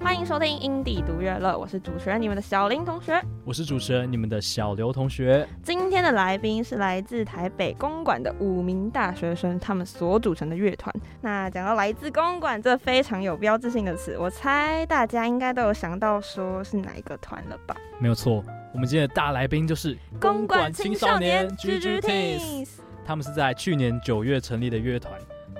欢迎收听 Indie 独乐乐，我是主持人你们的小林同学。我是主持人你们的小刘同学。今天的来宾是来自台北公馆的五名大学生，他们所组成的乐团。那讲到来自公馆这非常有标志性的词，我猜大家应该都有想到说是哪一个团了吧？没有错，我们今天的大来宾就是公馆青少年 GG Teens， Teens 他们是在去年九月成立的乐团，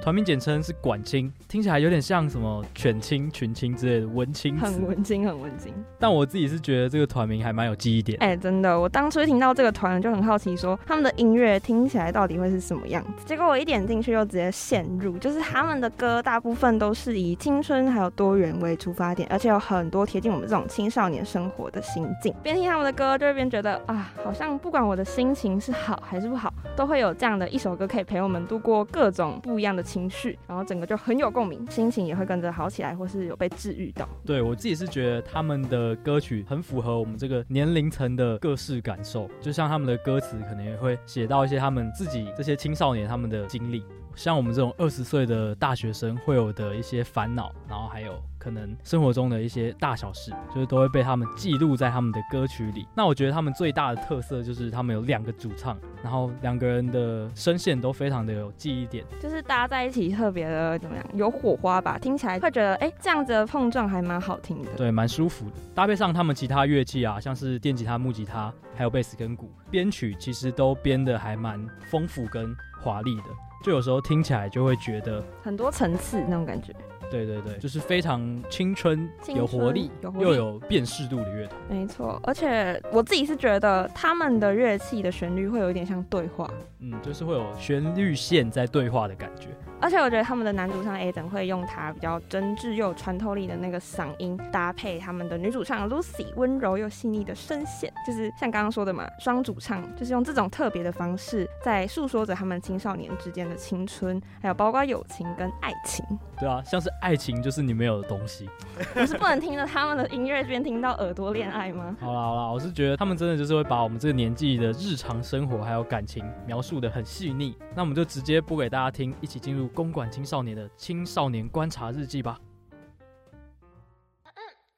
团名简称是管青，听起来有点像什么犬青、群青之类的文青很词。文青，很文青。但我自己是觉得这个团名还蛮有记忆点。哎、真的，我当初听到这个团就很好奇说他们的音乐听起来到底会是什么样子。结果我一点进去就直接陷入，就是他们的歌大部分都是以青春还有多元为出发点，而且有很多贴近我们这种青少年生活的心境。边听他们的歌，就会边觉得啊，好像不管我的心情是好还是不好，都会有这样的一首歌可以陪我们度过各种不一样的情绪，然后整个就很有共鸣，心情也会跟着好起来，或是有被治愈到。对我自己是觉得他们的歌曲很符合我们这个年龄层的各式感受，就像他们的歌词可能也会写到一些他们自己这些青少年他们的经历，像我们这种二十岁的大学生会有的一些烦恼，然后还有可能生活中的一些大小事，就是都会被他们记录在他们的歌曲里。那我觉得他们最大的特色就是他们有两个主唱，然后两个人的声线都非常的有记忆点。就是搭在一起特别的怎么样，有火花吧？听起来会觉得，哎、这样子的碰撞还蛮好听的。对，蛮舒服的。搭配上他们其他乐器啊，像是电吉他、木吉他，还有贝斯跟鼓，编曲其实都编的还蛮丰富跟华丽的。就有时候听起来就会觉得，很多层次那种感觉。对对对，就是非常青春、青有活春力、有活力又有辨识度的乐团。没错，而且我自己是觉得他们的乐器的旋律会有一点像对话，嗯，就是会有旋律线在对话的感觉。而且我觉得他们的男主唱 A 等会用他比较真挚又有穿透力的那个嗓音，搭配他们的女主唱 Lucy 温柔又细腻的声线，就是像刚刚说的嘛，双主唱就是用这种特别的方式在诉说着他们青少年之间的青春，还有包括友情跟爱情。对啊，像是爱情就是你没有的东西。不是不能听着他们的音乐边听到耳朵恋爱吗？好啦好啦，我是觉得他们真的就是会把我们这个年纪的日常生活还有感情描述的很细腻。那我们就直接播给大家听，一起进入公馆青少年的青少年观察日记吧。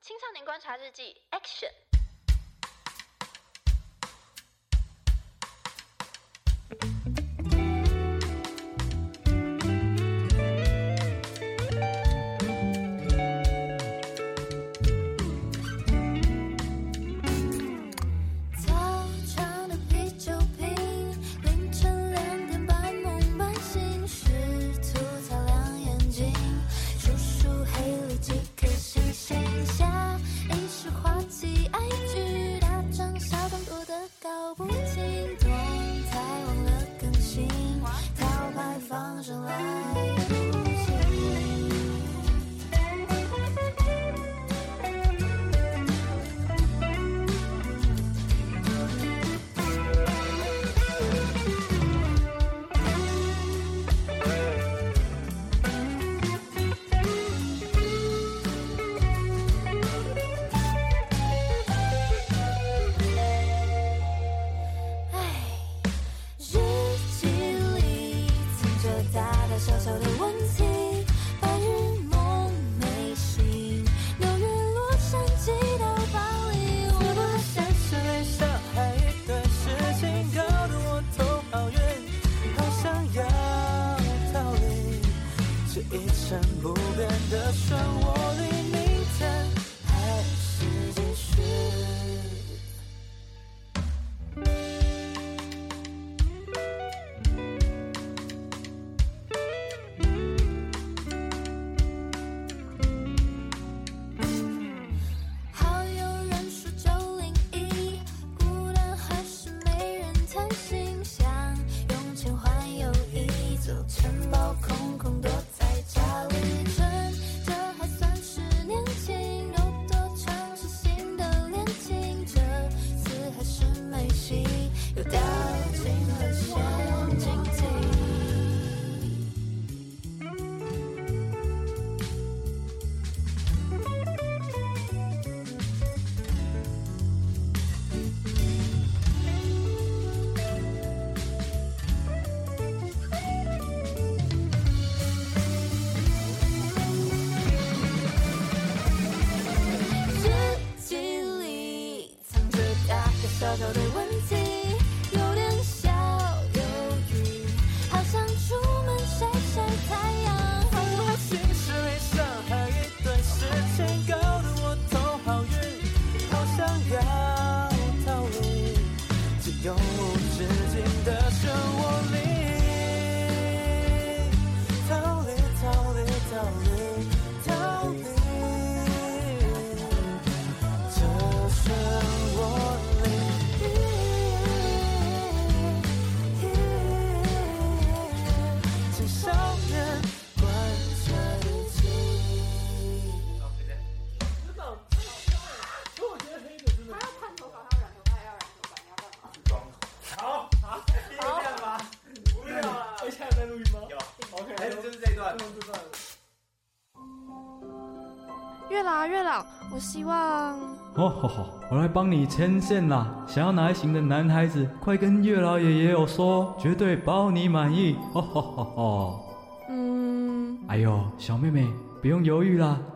青少年观察日记 Action。操场的啤酒瓶，凌晨两点半梦半醒，试图擦亮眼睛，数数黑里几颗星星。下意识滑稽爱剧，大张小动躲得搞不清，躲才忘了更小小的问题，有点小犹豫，好想出门晒晒太阳。繁华心事里伤害一段时间，搞得我头好晕，好想要逃离这永无止境的漩涡里，逃离，逃离，逃离，逃离这漩涡里。请少年观察日记。月老啊月老，我希望哦吼吼，我来帮你牵线啦！想要哪一型的男孩子，快跟月老爷爷有说，绝对包你满意！哦吼吼吼！嗯，哎呦，小妹妹不用犹豫啦，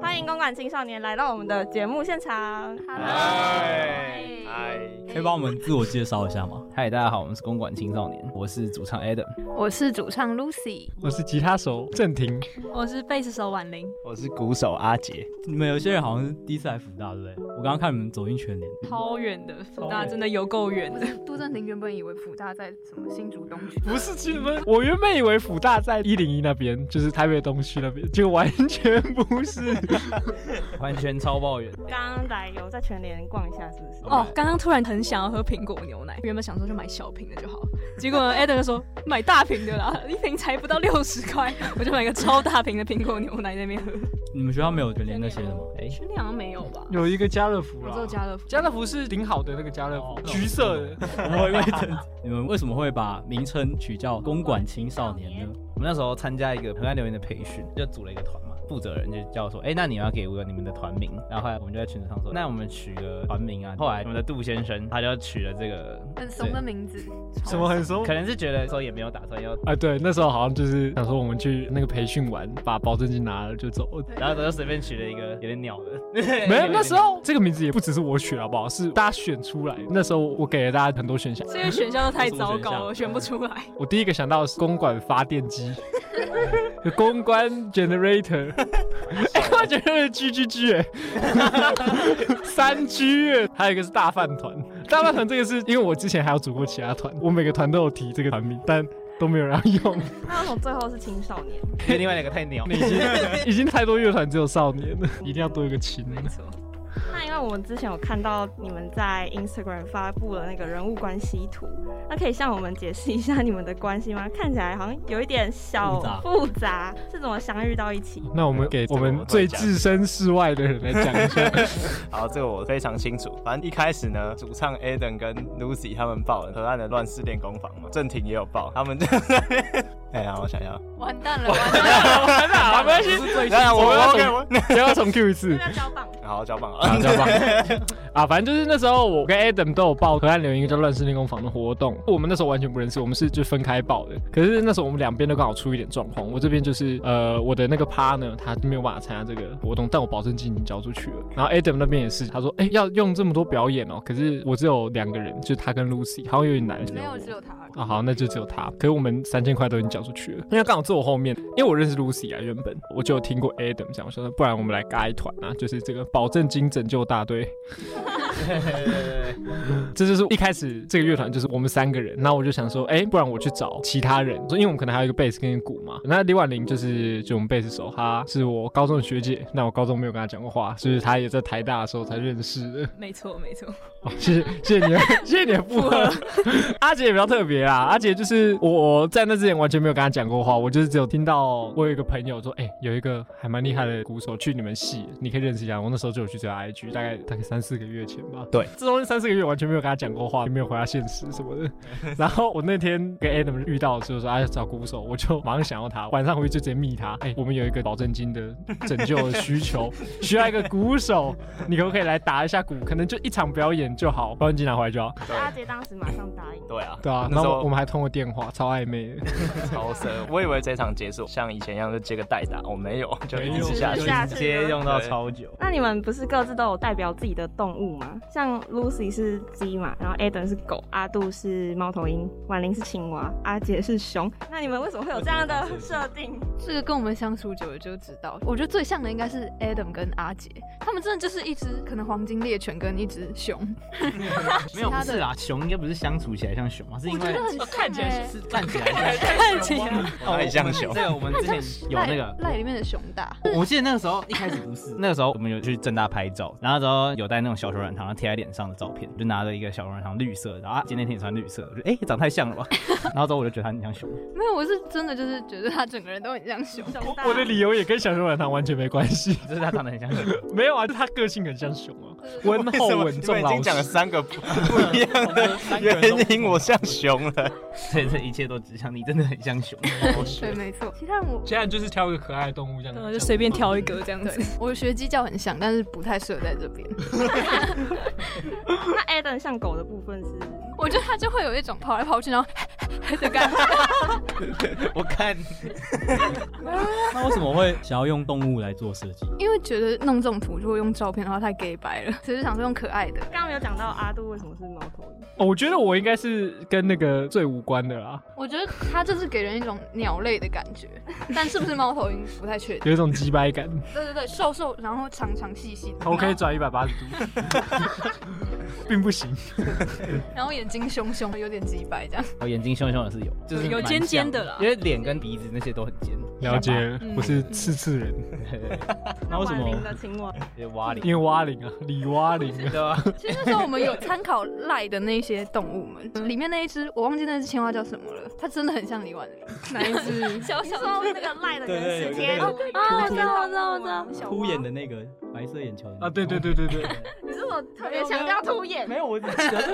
欢迎公馆青少年来到我们的节目现场。嗨嗨，可以帮我们自我介绍一下吗？嗨，大家好，我们是公馆青少年，我是主唱 Adam，我是主唱 Lucy，我是吉他手郑婷，我是贝斯手婉玲，我是鼓手阿杰。你们有些人好像是第一次来福大，对不对？我刚刚看你们走进全联，超远的，福大真的有够远的。杜振廷原本以为福大在什么新竹东区，不是其实我原本以为辅大在一零一那边，就是台北东区那边，就完全不是。完全超抱怨，刚刚来有在全联逛一下，是不是？哦，刚刚突然很想要喝苹果牛奶，原本想说就买小瓶的就好，结果 Adam 就说买大瓶的啦， 一瓶才不到六十块， 我就买个超大瓶的苹果牛奶在那边喝。 你们学校没有全联那些的吗？哎、全联好像没有吧？有一个家乐福我啦只有，家乐福。家乐福是顶 好的那个家乐哦福，橘色的。我以为真你们为什么会把名称取叫公馆青少年呢？我们那时候参加一个河岸留言的培训，就组了一个团嘛。负责人就叫我说，哎、那你们要给我你们的团名。然后后来我们就在群组上嗯说，那我们取个团名啊。后来我们的杜先生他就取了这个，很怂的名字。什么很松？可能是觉得说也没有打算要，啊，对，那时候好像就是想说我们去那个培训完，把保证金拿了就走。 然后他就随便取了一个有点鸟的。没有，那时候这个名字也不只是我取好不好？是大家选出来。那时候我给了大家很多选项，这个选项都太糟糕 了，我选不出来。我第一个想到的是公馆发电机，就公关 generator，我哎觉得 G G G 哎，三 G 哎，还有一个是大饭团，大饭团这个是因为我之前还有组过其他团，我每个团都有提这个团名，但都没有人要用，那为什么最后是青少年？另外两个太鸟，已经已经太多乐团只有少年了，一定要多一个亲。错，那因为我们之前有看到你们在 Instagram 发布了那个人物关系图，那可以向我们解释一下你们的关系吗？ 看起来好像有一点小复杂复杂，是怎么相遇到一起？那我们给我们最置身事外的人来讲一 下， 好，这个我非常清楚。反正一开始呢，主唱 Adam 跟 Lucy 他们报了河岸的乱世练功坊嘛，郑婷也有报，他们就哎呀，我想要，完蛋了，完蛋了！完了，没关系，当然哎我 我我要 OK，重我 不要重 Q 一次。要交棒，好交棒了。啊，这样吧。啊，反正就是那时候我跟 Adam 都有报河岸留言一个叫“乱世练功坊”的活动，我们那时候完全不认识，我们是就分开报的。可是那时候我们两边都刚好出一点状况，我这边就是呃我的那个 partner 他没有办法参加这个活动，但我保证金已经交出去了。然后 Adam 那边也是，他说哎、要用这么多表演哦，可是我只有两个人，就是他跟 Lucy，好像有点难。没有，只有他。啊，好，那就只有他。可是我们三千块都已经交出去了，因为刚好坐我后面，因为我认识 Lucy 啊，原本我就有听过 Adam 讲，我想说不然我们来嘎一团啊，就是这个保证金拯救大队。这就是一开始这个乐团就是我们三个人，那我就想说，哎、不然我去找其他人，因为我们可能还有一个贝斯跟一个鼓嘛。那李婉玲就是就我们贝斯手，她是我高中的学姐，那我高中没有跟她讲过话，就是她也在台大的时候才认识的。 没错，没错。哦谢谢谢谢你的谢谢你的附和。 阿杰也比较特别啦，阿杰就是我在那之前完全没有跟他讲过话，我就是只有听到我有一个朋友说，哎、有一个还蛮厉害的鼓手去你们系，你可以认识一下。我那时候就有去追他 IG，大概大概三四个月前年吧。对这中间三四个月完全没有跟他讲过话，也没有回他现实什么的。然后我那天跟 Adam 遇到的时候说，哎、啊，找鼓手，我就马上想要他，晚上回去就直接密他，哎、我们有一个保证金的 拯救的需 求，需要一个鼓手，你可不可以来打一下鼓？可能就一场表演就好，保证金拿回来就好。阿杰当时马上答应。对啊，对啊，那然时后候我我们还通过电话，超暧 昧的。 超神！我以为这场结束像以前一样就接个代打，我、没有，就一直下去，下去对久。那你们不是各自都有代表自己的动物吗？像 Lucy 是鸡嘛，然后 Adam 是狗，阿杜是猫头鹰，婉玲是青蛙，阿杰是熊。那你们为什么会有这样的设定？这个跟我们相处久了就知道，我觉得最像的应该是 Adam 跟阿杰，他们真的就是一只可能黄金猎犬跟一只熊，其没有，不他的是啦，熊应该不是相处起来像熊啊，是因我觉为得很像、欸、看起来是站起来看起来哦哪里像 熊这个我们之前有那个。赖里面的熊大，我我记得那个时候一开始不是，那个时候我们有去正大拍照，然后之后有带那种小熊软糖然后贴在脸上的照片，就拿着一个小熊软糖绿色的，然后啊今天天也穿绿色的，我觉得哎、长太像 了吧，然后之后我就觉得它很像熊，没有，我是真的就是觉得他整个人都很像熊。我的理由也跟小熊软糖完全没关 系，就是他长得很像熊。没有啊，就他个性很像熊啊，温厚稳重你们已老经讲了实。三个 不不一样的原因，我像熊了。对， 这一切都指向你真的很像 熊。对，没错。呃其他人我现在就是挑一个可爱的动物这样啊就随便挑一个这样子。对我学鸡叫很像，但是不太适合在这边。 那 Adam 像狗的部分是？我觉得他就会有一种跑来跑去，然后的感觉。我看，那为什么会想要用动物来做设计？因为觉得弄这种图如果用照片的话太 gay 白了，所以就想说用可爱的。刚刚没有讲到阿杜为什么是猫头鹰，哦，我觉得我应该是跟那个最无关的啦，我觉得它就是给人一种鸟类的感觉，但是不是猫头鹰不太确定。有一种鸡掰 感。对对对，瘦瘦，然后长长细细的，头可以转一百八十度， 并不行。然后眼睛凶凶，有点鸡白这样。我眼睛凶凶的是有，就是有蛮尖尖像的啦因为脸跟鼻子那些都很尖。了解像吧，嗯我是刺刺 人，那为什婉么玲的青蛙。有蛙因为蛙龄啊， 李蛙龄对吧？其实那时候我们有参考赖的那些动物们，里面那一只我忘记那只青蛙叫什么了，它真的很像李婉玲。哪一只？小小的那个赖的对跟对有一史个杰那个啊，秃秃知道我知道我知道。小凸眼的那个白色眼球的那个啊，对对对对对，你是我特别强调凸眼，没有我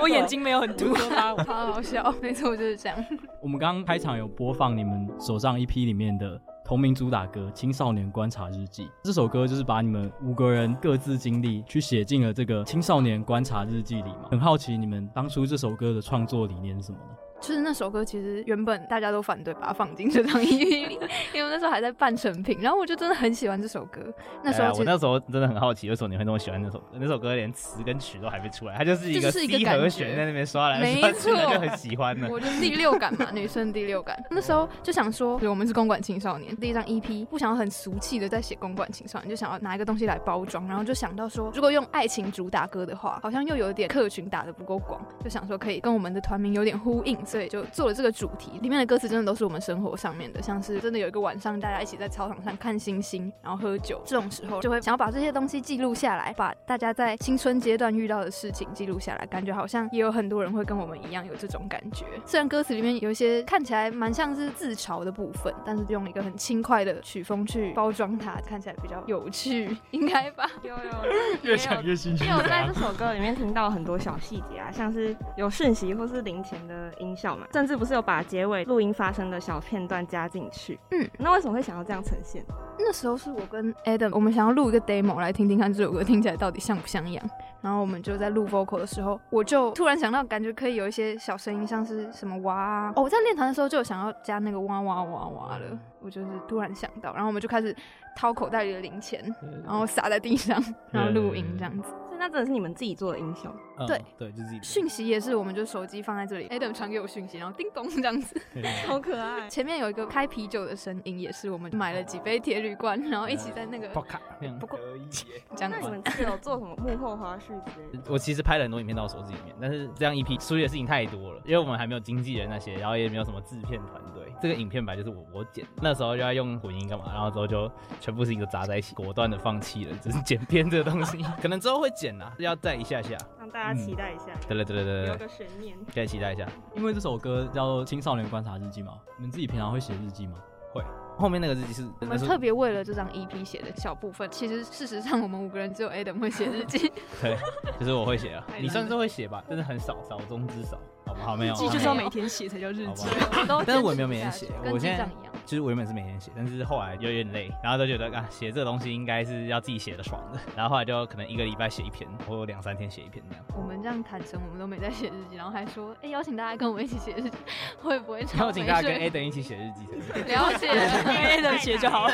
我眼睛没有很凸。 好好笑，没错，就是这样。我们刚刚开场有播放你们手上一批里面的同名主打歌《青少年观察日记》。这首歌就是把你们五个人各自经历去写进了这个《青少年观察日记》里嘛。很好奇你们当初这首歌的创作理念是什么呢？就是那首歌，其实原本大家都反对把它放进这张 EP 里，因为那时候还在半成品。然后我就真的很喜欢这首歌，那时哎候呀其我实那时候真的很好奇，为什么你会那么喜欢那首歌？那首歌连词跟曲都还没出来，它就是一就个是一个 C 感觉和弦在那边刷来没刷去， 错那就很喜欢了。我就第六感嘛， 女生第六感。那时候就想说，我们是公馆青少年第一张 EP，不想要很俗气的在写公馆青少年，就想要拿一个东西来包装，然后就想到说，如果用爱情主打歌的话，好像又有点客群打的不够广，就想说可以跟我们的团名有点呼应，所以就做了这个主题。里面的歌词真的都是我们生活上面的，像是真的有一个晚上大家一起在操场上看星星，然后喝酒，这种时候就会想要把这些东西记录下来，把大家在青春阶段遇到的事情记录下来，感觉好像也有很多人会跟我们一样有这种感觉。虽然歌词里面有一些看起来蛮像是自嘲的部分，但是用一个很轻快的曲风去包装它，看起来比较有趣，应该 吧？有有越想越啊心虚。因为我在这首歌里面听到很多小细节啊，像是有讯息或是零钱的音效嘛，甚至不是有把结尾录音发生的小片段加进去。嗯，那为什么会想要这样呈现？那时候是我跟 Adam，我们想要录一个 demo 来听听看这首歌听起来到底像不像样。然后我们就在录 vocal 的时候，我就突然想到，感觉可以有一些小声音，像是什么哇啊哦，我在练团的时候就有想要加那个哇哇哇哇了，我就是突然想到，然后我们就开始掏口袋里的零钱，然后撒在地上，然后录音这样子。所以那真的是你们自己做的音效。嗯对对，就自己讯息也是，我们就手机放在这里，Adam 传给我讯息，然后叮咚这样子， 好可爱。前面有一个开啤酒的声音，也是我们买了几杯铁铝罐，然后一起在那个不卡呃这样。 这样那子你们自己有做什么幕后花絮之类的？我其实拍了很多影片到我手机里面，但是这样一 E 批处理的事情太多了，因为我们还没有经纪人那些，然后也没有什么制片团队。这个影片本来就是我我剪，那时候就要用混音干嘛，然后之后就全部事情都砸在一起，果断的放弃了，只是剪片这个东西，可能之后会剪啦，要再一下下。让嗯大家期待一下，对了对了呃对了留对个了，悬念。再期待一下。因为这首歌叫做《青少年观察日记》嘛，你们自己平常会写日记吗？会。后面那个日记是我那们是特别为了这张 EP 写的小部分，其实事实上我们五个人只有 Adam 会写日记，对，就是我会写 啊太，难你算是会写吧，但是很少，少中之少，好不好？没有，日记就是要每天写才叫日记， 但是我也没有每天写，我现在跟其实我原本是每天写，但是后来有点累，然后都觉得啊，写这东西应该是要自己写的爽的， 然后后来就可能一个礼拜写一篇，或者两三天写一篇这样。我们这样坦诚，我们都没在写日记，然后还说，哎、邀请大家跟我们一起写日记，会不会邀请大家跟没 A 睡等一起写日记，了解 A 的写就好了。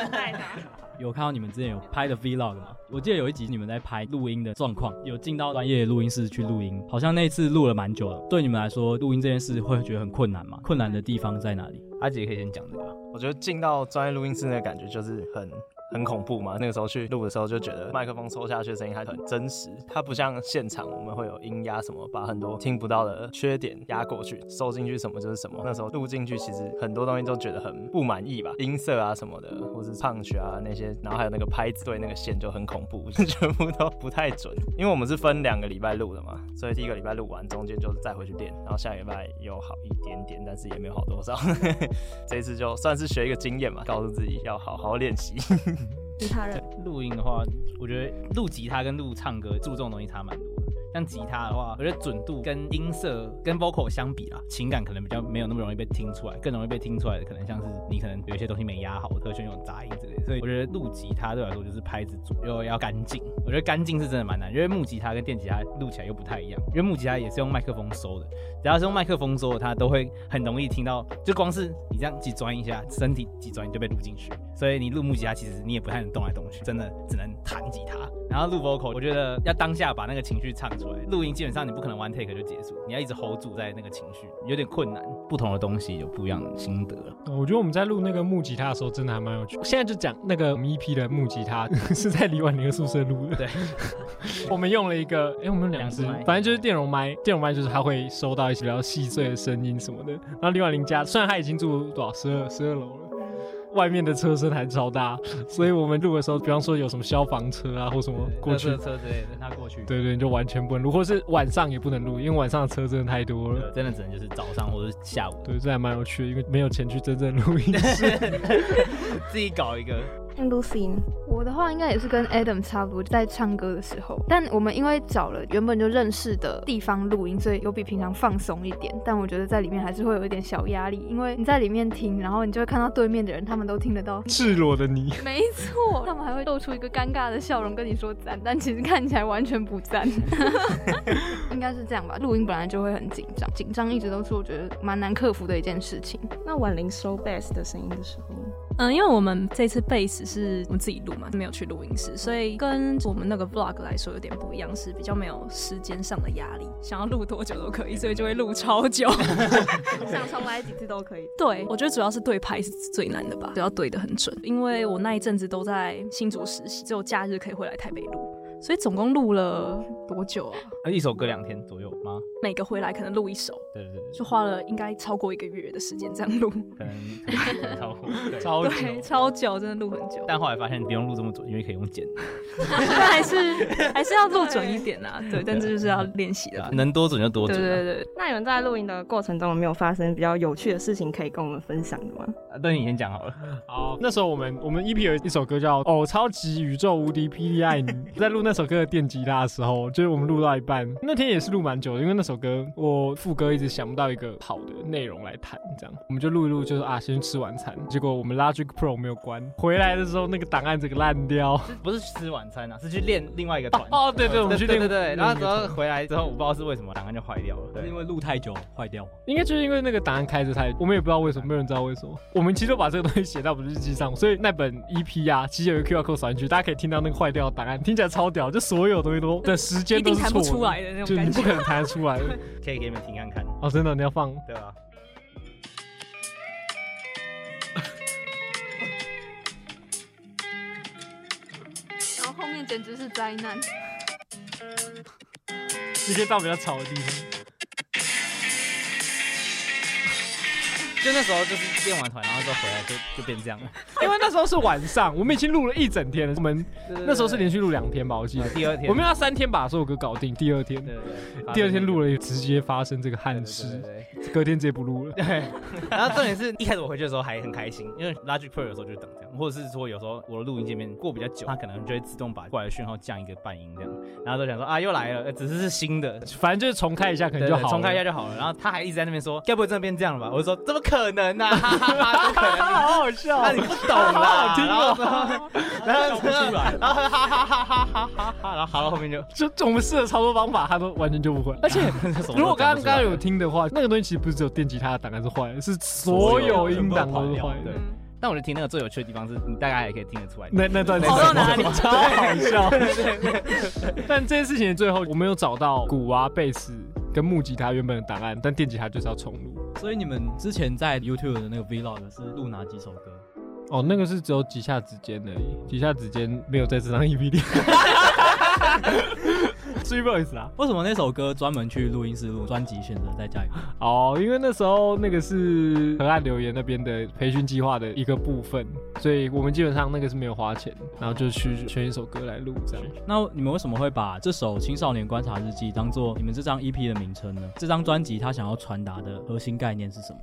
有看到你们之前有拍的 vlog 吗？我记得有一集你们在拍录音的状况，有进到专业录音室去录音，好像那一次录了蛮久了。对你们来说，录音这件事会觉得很困难吗？困难的地方在哪里？阿杰可以先讲这个。我觉得进到专业录音室那感觉就是很很恐怖嘛。那个时候去录的时候就觉得麦克风抽下去的声音还很真实，它不像现场我们会有音压什么，把很多听不到的缺点压过去，收进去什么就是什么。那时候录进去其实很多东西都觉得很不满意吧，音色啊什么的，或是唱曲啊那些，然后还有那个拍子对那个线就很恐怖， 全部都不太准。因为我们是分两个礼拜录的嘛，所以第一个礼拜录完，中间就是再回去练，然后下个礼拜又好一点点，但是也没有好多少。 这一次就算是学一个经验嘛，告诉自己要好好练习。其他人录音的话，我觉得录吉他跟录唱歌注重的东西差蛮多的。像吉他的话，我觉得准度跟音色跟 vocal 相比啦，情感可能比较没有那么容易被听出来，更容易被听出来的可能像是你可能有一些东西没压好，和弦有杂音之类的。所以我觉得录吉他对我来说就是拍子准又要干净。我觉得干净是真的蛮难，因为木吉他跟电吉他录起来又不太一样，因为木吉他也是用麦克风收的，只要是用麦克风收的，它都会很容易听到，就光是你这样几转一下，身体几转你就被录进去。所以你录木吉他，其实你也不太能动来动去，真的只能弹吉他。然后录 vocal，我觉得要当下把那个情绪唱出来。录音基本上你不可能 one take 就结束，你要一直 hold 住在那个情绪，有点困难。不同的东西有不一样的心得。 我觉得我们在录那个木吉他的时候，真的还蛮有趣。现在就讲那个我们 EP 的木吉他 是在李婉玲的宿舍录的。对， 我们用了一个，哎、我们用两只两只麦，反正就是电容麦。电容麦就是它会收到一些比较细碎的声音什么的。然后李婉玲家，虽然她已经住多少十二十二楼了。外面的车声还超大，所以我们录的时候，比方说有什么消防车啊，或什么过去垃圾车之类的，让它过去。对对，你就完全不能录，或是晚上也不能录，因为晚上的车真的太多了。真的只能就是早上或者是下午对，这还蛮有趣的，因为没有钱去真正录音室。 自己搞一个。 Lucy 呢？我的话应该也是跟 Adam 差不多，在唱歌的时候，但我们因为找了原本就认识的地方录音，所以有比平常放松一点。但我觉得在里面还是会有一点小压力，因为你在里面听，然后你就会看到对面的人，他们都听得到。赤裸的你， 没错，他们还会露出一个尴尬的笑容跟你说赞，但其实看起来完全 不赞。应该是这样吧，录音本来就会很紧张，紧张一直都是我觉得蛮难克服的一件事情。那婉玲收 bass 的声音的时候，嗯，因为我们这次贝斯是我们自己录嘛，没有去录音室，所以跟我们那个 vlog 来说有点不一样，是比较没有时间上的压力，想要录多久都可以，所以就会录超久。想重来几次都可以。对，我觉得主要是对拍是最难的吧，只要对的很准。因为我那一阵子都在新竹实习，只有假日可以回来台北录，所以总共录了多久啊？呃一首歌两天左右吗？每个回来可能录一首，对对对，就花了应该超过一个月的时间这样录，可能可能 超过超对，超久，真的录很久。 但后来发现不用录这么准，因为可以用剪。但 还是还是要录准一点啊，对，但这就是要练习的部分。能多准就多对准、啊。对对。那你们在录音的过程中有没有发生比较有趣的事情可以跟我们分享的吗？啊对你先讲好了。 好，那时候我们我们 EP 有一首歌叫《哦超级宇宙无敌霹雳爱你》， 在录那首歌的电吉他的时候，就是我们录到一半，那天也是录蛮久的，因为那首歌我副歌一直想不到一个好的内容来弹，这样我们就录一录，就是啊先去吃晚餐，结果我们 Logic Pro 没有关，回来的时候那个档案整个烂掉。不是吃晚餐啊，是去练另外一个团。哦对对我们去对练对对。另然后外一个之后回来之后，我不知道是为什么档案就坏掉了，对，因为录太久坏掉。应该就是因为那个档案开着太，我们也不知道为什么，没有人知道为什么。我们其实都把这个东西写到我们日记上，所以那本 EP 啊，其实有一个 QR code 扫进去，大家可以听到那个坏掉的档案，听起来超屌，就所有东西都的时间都一是定弹错不出来的那种就你感觉不可能弹得出来的。可以给你们听看看，哦，真的，你要放对吧？然后后面简直是灾难。直接到比较吵的地方。就那时候就是练完团，然后之后回来就就变这样了。因为那时候是晚上，我们已经录了一整天了。我们那时候是连续录两天吧，我记得。第二天我们要三天把所有歌搞定。第二天，第二天录了，直接发生这个憾事，隔天直接不录了。对， 然后重点是一开始我回去的时候还很开心，因为 Logic Pro 有时候就长这样，或者是说有时候我的录音界面过比较久，它可能就会自动把过来的讯号降一个半音这样，然后都想说啊又来了，呃只是是新的， 反正就是重开一下，可能对就对好。重开一下就好了。然后他还一直在那边说，该不会真的变这样了吧？我就说怎么可能呢、啊？哈 哈哈怎么可能？好好笑那你不懂啦，好好听然后哦说然后笑不出来然后哈哈哈哈哈哈哈，然后好了后面就 就就我们试了超多方法，他都完全救不回来。而 且么都如果讲刚刚不出来刚有听的话，那个东西其实不是只有电吉他的档案是坏的，是所有音档都是坏的对。。但我觉得听那个最有趣的地方是，你大概还可以听得出来那那段是什么 超好笑。 但这件事情的最后，我没有找到鼓啊、贝斯跟木吉他原本的档案，但电吉他就是要重录。所以你们之前在 YouTube 的那个 Vlog 是录哪几首歌？哦，那个是只有几下指尖而已，几下指尖没有在 E 这张 EP 里。Three Boys 啊，为什么那首歌专门去录音室录，专辑选择在家里录？哦，因为那时候那个是河岸留言那边的培训计划的一个部分，所以我们基本上那个是没有花钱，然后就去选一首歌来录这样。那你们为什么会把这首《青少年观察日记》当做你们这张 EP 的名称呢？这张专辑它想要传达的核心概念是什么？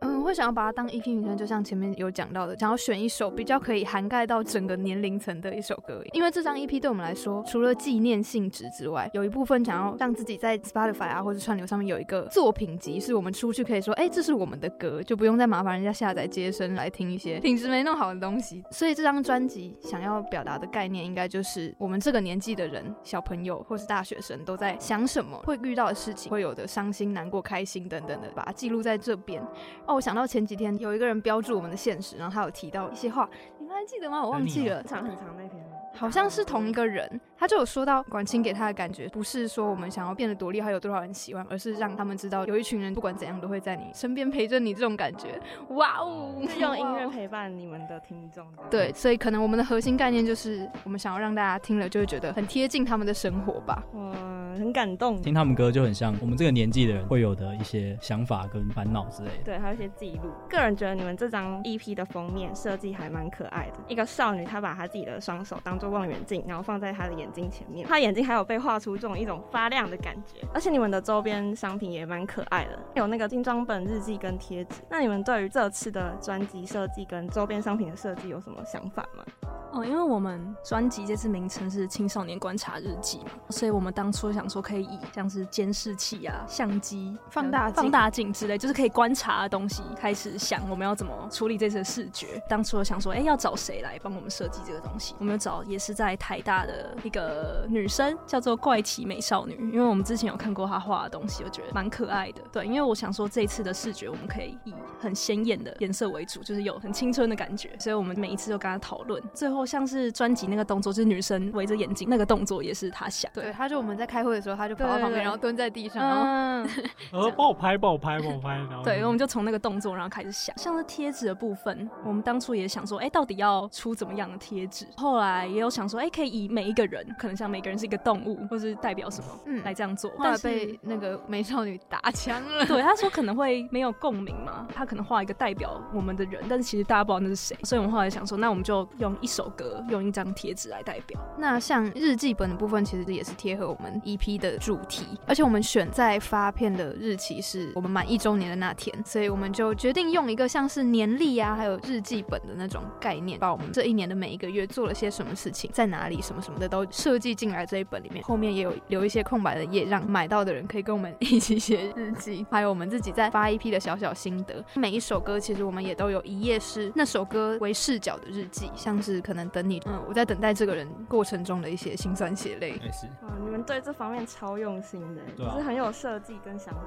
嗯，会想要把它当 EP 名称，就像前面有讲到的，想要选一首比较可以涵盖到整个年龄层的一首歌，因为这张 EP 对我们来说，除了纪念性质之外，有一部分想要让自己在 Spotify 啊或者串流上面有一个作品集，是我们出去可以说，哎、这是我们的歌，就不用再麻烦人家下载接生来听一些品质没弄好的东西。所以这张专辑想要表达的概念，应该就是我们这个年纪的人，小朋友或是大学生都在想什么，会遇到的事情，会有的伤心、难过、开心等等的，把它记录在这边。哦，我想到前几天有一个人标注我们的现实，然后他有提到一些话，你们还记得吗？我忘记了，长很长那篇。好像是同一个人，他就有说到管清给他的感觉，不是说我们想要变得多厉害，有多少人喜欢，而是让他们知道有一群人不管怎样都会在你身边陪着你这种感觉。哇哦，就用音乐陪伴你们的听众。对，所以可能我们的核心概念就是，我们想要让大家听了就会觉得很贴近他们的生活吧。嗯，很感动。听他们歌就很像我们这个年纪的人会有的一些想法跟烦恼之类的。对，还有一些记录。个人觉得你们这张 EP 的封面设计还蛮可爱的，一个少女她把她自己的双手当做望远镜，然后放在她的眼睛前面，她眼睛还有被画出这种一种发亮的感觉。而且你们的周边商品也蛮可爱的，有那个精装本、日记跟贴纸。那你们对于这次的专辑设计跟周边商品的设计有什么想法吗？哦，因为我们专辑这次名称是《青少年观察日记》嘛，所以我们当初想说可以以像是监视器啊、相机、放大镜放大镜之类，就是可以观察的东西，开始想我们要怎么处理这次的视觉。当初想说，哎、要找谁来帮我们设计这个东西？我们有找也是在台大的一个女生，叫做怪奇美少女，因为我们之前有看过她画的东西，我觉得蛮可爱的。对，因为我想说这一次的视觉，我们可以以很鲜艳的颜色为主，就是有很青春的感觉，所以我们每一次都跟她讨论。最后像是专辑那个动作，就是女生围着眼睛那个动作，也是她想。嗯对，对，他就我们在开会的时候，他就跑到对对旁边，对然后蹲在地上，然后嗯，呃，帮我拍，帮我拍，帮我拍。然后对，我们就从那个动作然后开始想，像是贴纸的部分，我们当初也想说，哎、到底要出怎么样的贴纸？后来也有想说，哎、可以以每一个人，可能像每个人是一个动物，或是代表什么，嗯来这样做。后但来是 被那个美少女打枪了。对，他说可能会没有共鸣嘛，他可能画一个代表我们的人，但是其实大家不知道那是谁，所以我们后来想说，那我们就用一首歌，用一张贴纸来代表。那像日记本的部分，其实也是贴合我们 EP 的主题，而且我们选在发片的日期是我们满一周年的那天，所以我们就决定用一个像是年历啊，还有日记本的那种概念，把我们这一年的每一个月做了些什么事情，在哪里，什么什么的都设计进来这一本里面。后面也有留一些空白的页，让买到的人可以跟我们一起写日记， 还有我们自己在发 EP 的小小心得。每一首歌其实我们也都有一页是那首歌为视角的日记，像是可能等你，嗯，我在等待这个人过程中的一些辛酸血泪。是。哇，你们对这方面超用心的，对啊就是很有设计跟想法。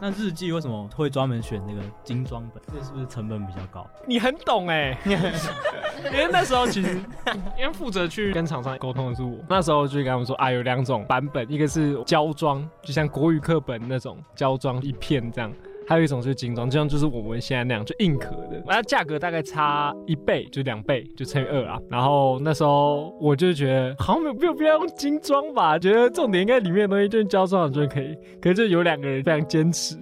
那日记为什么会专门选那个精装本？这是不是成本比较高？你很懂哎、因为那时候其实，因为负责去跟厂商沟通的是我，那时候就跟他们说啊，有两种版本，一个是呃胶装，就像国语课本那种胶装一片这样。还有一种就是精装，这样就是我们现在那样，就硬壳的，那价格大概差一倍，就两倍，就乘以二啊。然后那时候我就觉得好像没有没有必要用精装吧，觉得重点应该里面的东西就是胶装好像就可以。可是就有两个人非常坚持，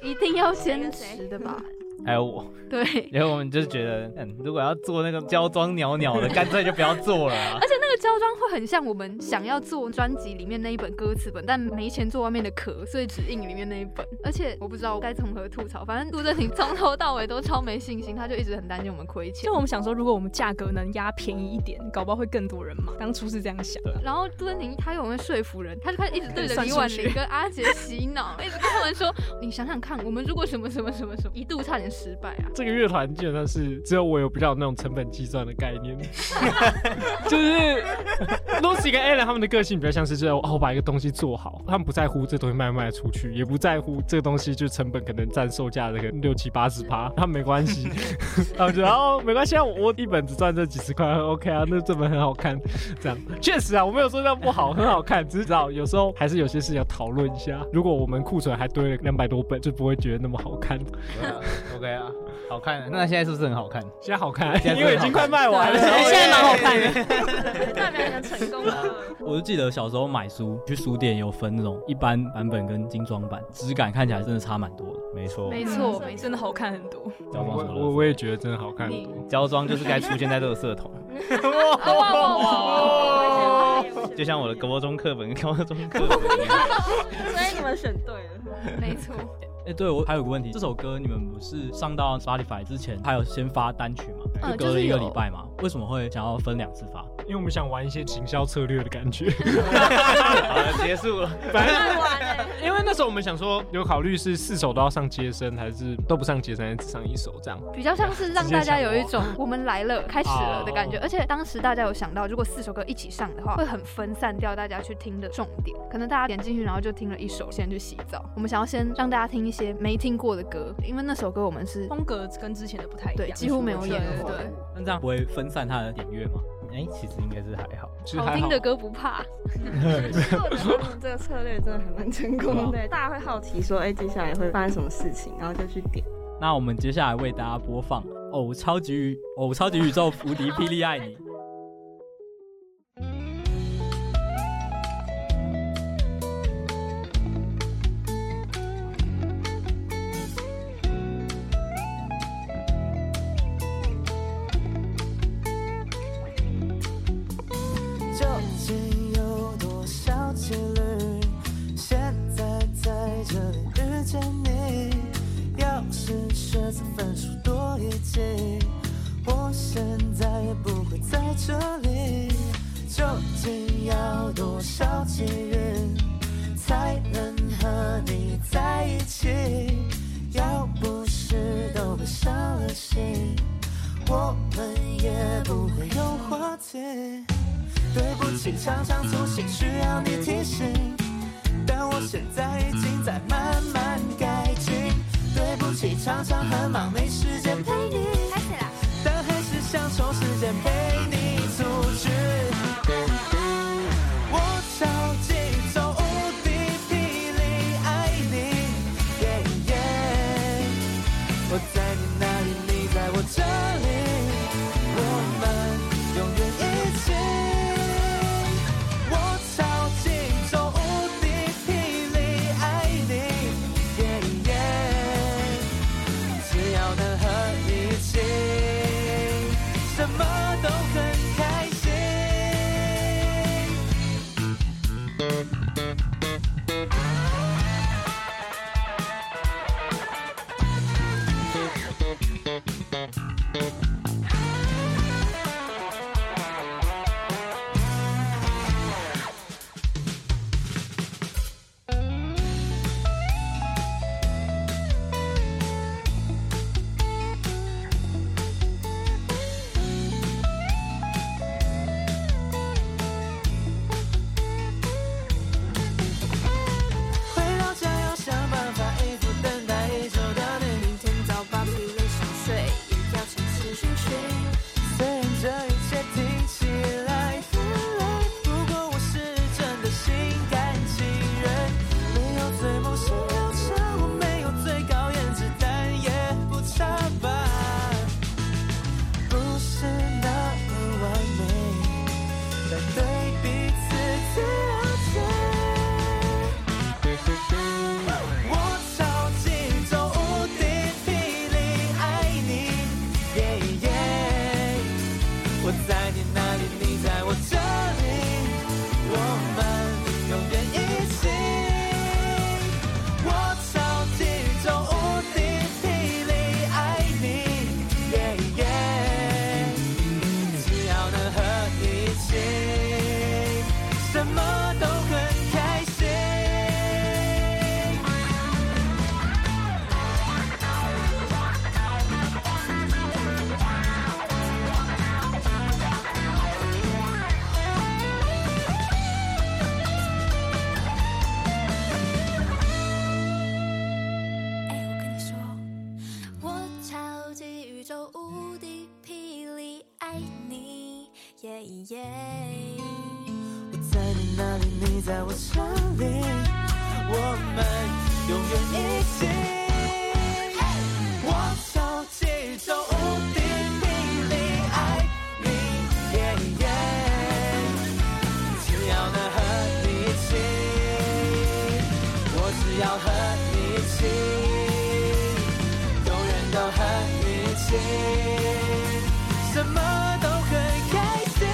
一定要坚持的吧？ 还有我，对，然后我们就觉得，嗯，如果要做那个胶装袅袅的，干脆就不要做了 啊而且那个胶装会很像我们想要做专辑里面那一本歌词本，但没钱做外面的壳，所以只印里面那一本。而且我不知道我该从何吐槽，反正杜振廷从头到尾都超没信心，他就一直很担心我们亏钱。就我们想说，如果我们价格能压便宜一点，搞不好会更多人买。当初是这样想的。然后杜振廷他有没有说服人？他就开始一直对着哦哎算李数婉学玲跟阿杰洗 脑，一直跟他们说：“你想想看，我们如果什么什么什么什哦么，一度差点失败啊。”这个乐团基本上是只有我有比较有那种成本计算的概念， 就是 Lucy 跟 Alan 他们的个性比较像是这样，哦，我把一个东西做好，他们不在乎这东西卖不卖得出去，也不在乎这个东西就成本可能占售价的个六七八十趴，他们没关系， 他们觉得哦没关系啊，我我一本只赚这几十块很，OK 啊，那这本很好看，这样确实啊，我没有说这样不好，很好看，只是知道有时候还是有些事情要讨论一下，如果我们库存还堆了两百多本，就不会觉得那么好看。 OK 啊，好看。那现在是不是很好看？现在好看现在因为已经快卖完了啊现在蛮好 看的代表你的成功啊 了。我就记得小时候买书，去书店有分那种一般版本跟精装版，质感看起来真的差蛮多的。没错没错，嗯真的好看很多。胶哦装什么垃圾我我也觉得真的好看你。胶装就是该出现在垃 圾桶，啊哦就像我的国中课本跟 高中课本。所以你们选对了，没错。哎、对我还有个问题，这首歌你们不是上到 Spotify 之前，还有先发单曲吗？就嗯隔了一个就是有礼拜嘛，为什么会想要分两次发？因为我们想玩一些行销策略的 感觉。 好了，结束了。反正，因为那时候我们想说，有考虑是四首都要上接生，还是都不上接生，还是只上一首这样？比较像是让大家有一种我们来了、开始了的感觉，哦而且当时大家有想到，如果四首歌一起上的话，会很分散掉大家去听的重点。可能大家点进去，然后就听了一首，先去洗澡。我们想要先让大家听一些没听过的歌，因为那首歌我们是风格跟之前的不太一样，对几乎没有演过对对对那这样不会分散它的点阅吗？哎、其实应该是还好，好听的歌 不怕。我觉得他们这个策略真的还蛮成功啊的，大家会好奇说，哎、接下来会发生什么事情，然后就去点。那我们接下来为大家播放《偶超级宇偶超级宇宙无敌霹雳爱你》。 究竟有多少几率？现在在这里遇见你，要是学测分数多一级，我现在也不会在这里。究竟要多少机遇，才能和你在一起？要不是都被伤了心，我们也不会有话题。对不起，常常粗心，需要你提醒。但我现在已经在慢慢改进。对不起，常常很忙，没时间陪你。但还是想抽时间陪你出去。我超级走无敌霹雳爱你耶耶。我在你那里，你在我这里，我们永远一起。我超级走无敌霹雳爱你耶耶。只要能耶。我在你那里，你在我这里，我们永远一起。我超级中无敌霹雳，爱你耶耶，只要能和你一起，我只要和你一起，永远都和你一起，什么都很开心。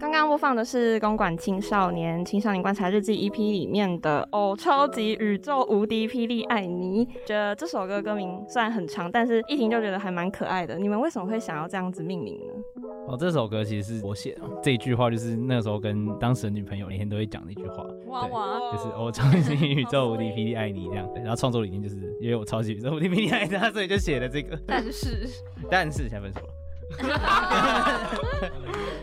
刚刚播放的是公馆青少年青少年观察日记 EP 里面的《哦超级宇宙无敌霹雳爱你》，觉得这首歌歌名虽然很长，但是一听就觉得还蛮可爱的。你们为什么会想要这样子命名呢？ 哦，这首歌其实是我写的，这一句话就是那时候跟当时的女朋友每天都会讲的一句话，哇哇，就是哦，超级宇宙无敌霹雳爱你这样。对然后创作理念就是因为我超级宇宙无敌霹雳爱他，所以就写了这个。但 是但是现在分手了。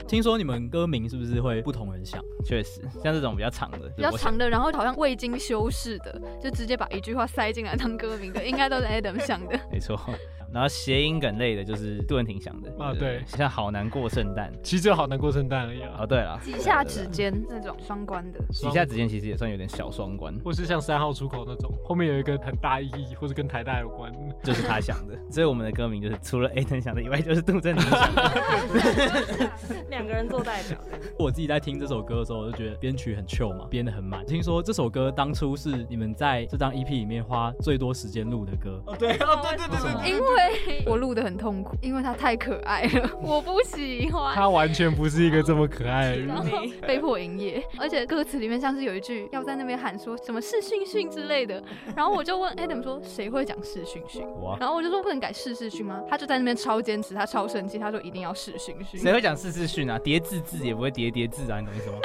听说你们歌名是不是会不同人想？确实，像这种比较长的，比较长的，然后好像未经修饰的，就直接把一句话塞进来当歌名的， 应该都是 Adam 想的。没错。 然后谐音梗类的，就是杜文婷想的啊对像好难过圣诞，其实就好难过圣诞而已啊。哦，对 了，几下指尖那种双关的，几下之间其实也算有点小双关， 或是像三号出口那种，后面有一个很大意义，或是跟台大有关。就是他想的。所以我们的歌名就是除了 A 能想的以外，就是杜振宁 想的。两个人做代表，我自己在听这首歌的时候，我就觉得编曲很 chill 嘛，编得很满。听说这首歌当初是你们在这张 EP 里面花最多时间录的歌，对哦，对对对对，因为我录的很痛苦，因为他太可爱了， 我不喜欢。他完全不是一个这么可爱的 人然。后被迫营业，而且歌词里面像是有一句要在那边喊说什么是训训之类的，然后我就问 Adam 说谁会讲是训训哇，然后我啊就说不能改是是训吗？他就在那边超坚持，他超生气，他说一定要是训训。谁会？讲四字训啊？叠字字也不会叠叠字啊，你懂意思吗？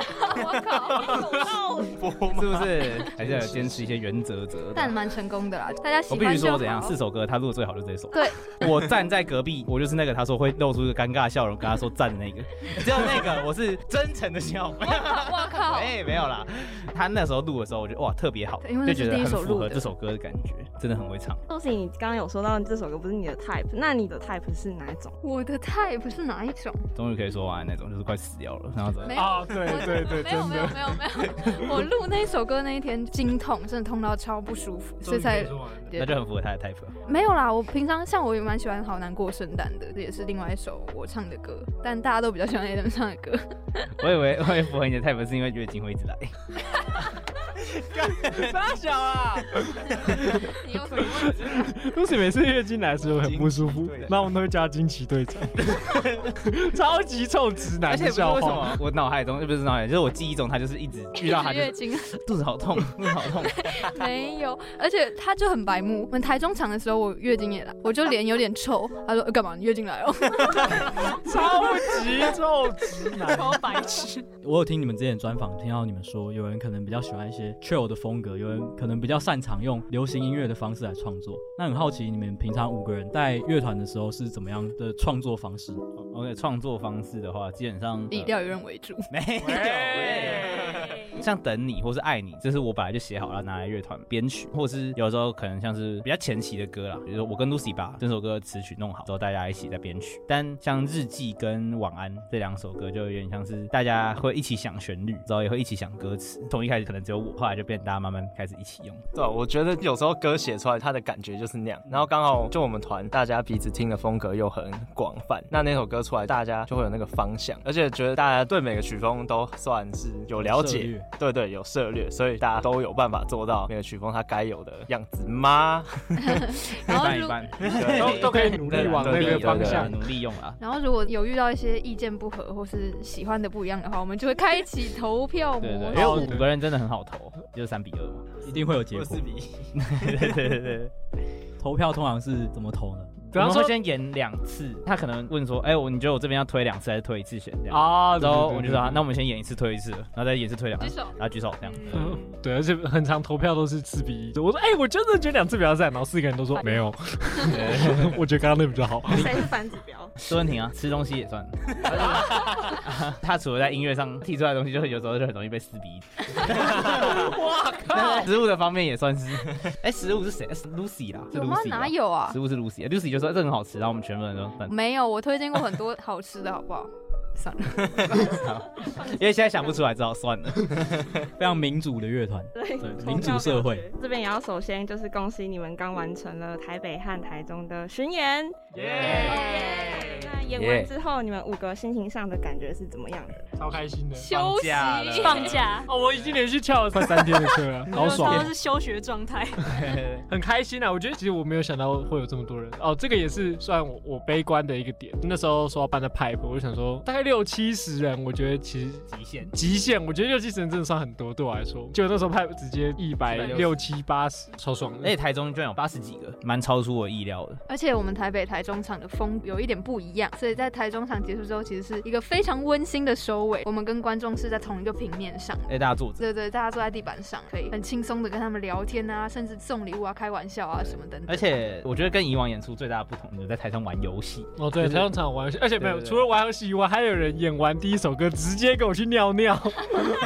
哦是不是？还是要有坚持一些原则则的。但蛮成功的啦，大家喜我欢必须就说好怎样，四首歌他录的最好就这首。 对，我站在隔壁，我就是那个他说会露出一个尴尬笑容，跟他说赞的那个。只有那个我是真诚的笑， 我靠，哎，没有啦。他那时候录的时候，我觉得哇特别好，因为那就是觉得第一很首符录合的这首歌的感觉，真的很会唱。都是你刚刚有说到这首歌不是你的 type，那你的 type 是哪一种？我的 type 是哪一种？终于可以说完那种，就是快死掉了，然后怎么没有啊对我对对没有真的没有没有没 有，我录那首歌那一天经痛，真的痛到超不舒服，所以才那就很符合他的 type 啊了。没有啦。我平常像我也蛮喜欢《好难过圣诞》的，这也是另外一首我唱的歌，但大家都比较喜欢 Adam 唱的 歌。我以为会符合你的 type 是因为月经会一直来。傻小 啊！你有什么问题？啊露西每次月经来的时候很不舒服，那我们都会叫她惊奇队长， 超级臭直男而且的不知道笑为什话么。我脑海中不是脑海，就是我记忆中他就是一直遇到他就月是经。啊肚子好痛，肚子好痛。没有，而且他就很白目。我们台中场的时候，我月经也来，我就脸有点臭。他说：“呃干嘛？你月经 来哦？”超级臭直男超白痴。我有听你们之前的专访，听到你们说，有人可能比较喜欢一些 chill 的风格，有人可能比较擅长用流行音乐的方式来创作。那很好奇，你们平常五个人在乐团的时候是怎么样的创作方式？哦 OK，创作方式的话，基本上以钓鱼人为主。没像等你或是爱你，这是我本来就写好了拿来乐团编曲，或是有时候可能像是比较前期的歌啦，比如说我跟 Lucy 把这首歌词曲弄好之后，大家一起再编曲。但像日记跟晚安这两首歌，就有点像是大家会一起想旋律，之后也会一起想歌词。从一开始可能只有我，后来就变大家慢慢开始一起用。对啊、我觉得有时候歌写出来，它的感觉就是那样。然后刚好就我们团大家彼此听的风格又很广泛，那那首歌出来，大家就会有那个方向，而且觉得大家对每个曲风都算是有了涉解略，对对，有涉略，所以大家都有办法做到每个曲风它该有的样子吗？然后一如半都都可以努力往那个方向努力用啊。然后如果有遇到一些意见不合或是喜欢的不一样的话，我们就会开启投票模对对，因式。为五个人真的很好投，就是三比二嘛，一定会有结 果。四比一。对 对对 对，投票通常是怎么投呢？比方说先演两次，他可能问说，哎、我你觉得我这边要推两次还是推一次选这样？啊对然后对对我就对说，啊那我们先演一次推一次，然后再演一次推两次，举手然后举手这样。嗯对，而且很常投票都是四比一。我说，哎、我 真的觉得两次比较赞，然后四个人都说没有，我觉得刚刚那比较好。 谁是反指标？周文婷啊，吃东西也算。 他除了在音乐上提出来的东西，就是有时候就很容易被撕鼻子。哇但是食物的方面也算是。哎，食物是谁？是 Lucy 啦，是有吗 Lucy 吧。哪有啊食物是 Lucy，Lucy 就说哎这很好吃，然后我们全部人都很，没有，我推荐过很多好吃的，好不好？ 算了，因为现在想不出来，只好算了。 非常民主的乐团，对民主社会。这边也要首先就是恭喜你们刚完成了台北和台中的巡演，耶！那演完 Yeah 之后，你们五个心情上的感觉是怎么样的？超开心的，休息放假了 放假哦， 我已经连续跳了快三天的课了，好爽 我们，都是休学状态。 很开心啊！我觉得其实我没有想到会有这么多人哦，这个也是算我我悲观的一个点。那时候说要办在 Pipe，我就想说大概六七十人，我觉得其实极限极限，我觉得六七十人真的算很多对我来说。就那时候 Pipe 直接一百六七八十，超爽而且台中居然有八十几个，蛮超出我意料的。而且我们台北、台中场的风有一点不一样，所以在台中场结束之后，其实是一个非常温馨的收尾。我们跟观众是在同一个平面上，哎，大家坐着。对对，大家坐在地板上，可以很轻松的跟他们聊天啊，甚至送礼物啊、开玩笑啊什么等等。而且我觉得跟以往演出最大的不同，就是在台上玩游戏。哦，对，就是台中场玩游戏，而且没有，对对对除了玩游戏以外，还有人演完第一首歌直接给我去尿尿。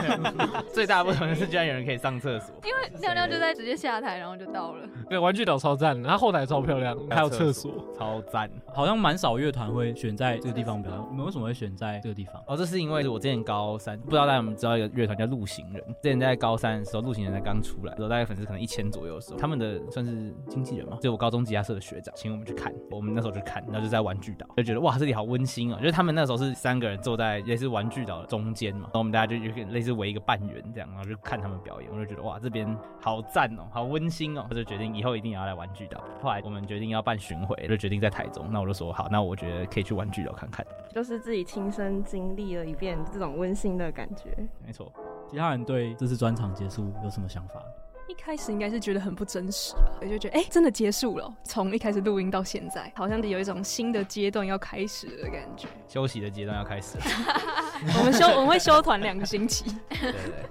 最大的不同就是居然有人可以上厕所。因为尿尿就在直接下台，然后就到了。对，玩具岛超赞的，它后台超漂亮，哦还有厕所。，超赞。好像蛮少乐团会选在这个地方表演，你们为什么会选在这个地方？哦，这是因为我之前高三，不知道大家有没有知道一个乐团叫陆行人。之前在高三的时候，陆行人才刚出来，的时候大概粉丝可能一千左右的时候，他们的算是经纪人嘛，就我高中吉他社的学长，请我们去看，我们那时候就看，然后就在玩具岛，就觉得哇，这里好温馨啊！就是他们那时候是三个人坐在类似玩具岛的中间嘛，然后我们大家就有点类似围一个半圆这样，然后就看他们表演，我就觉得哇，这边好赞哦，好温馨哦，我就决定以后一定也要来玩具岛。后来我们决定要办巡回，就决定在台中，那我就说好，那我觉得可以去玩具岛看看。 就是自己亲身经历了一遍这种温馨的感觉。没错，其他人对这次专场结束有什么想法？一开始应该是觉得很不真实吧，我就觉得哎、诶真的结束了哦。从一开始录音到现在，好像有一种新的阶段要开始的感 觉。休息的阶段要开始了。我们休，我们会休团两个星期。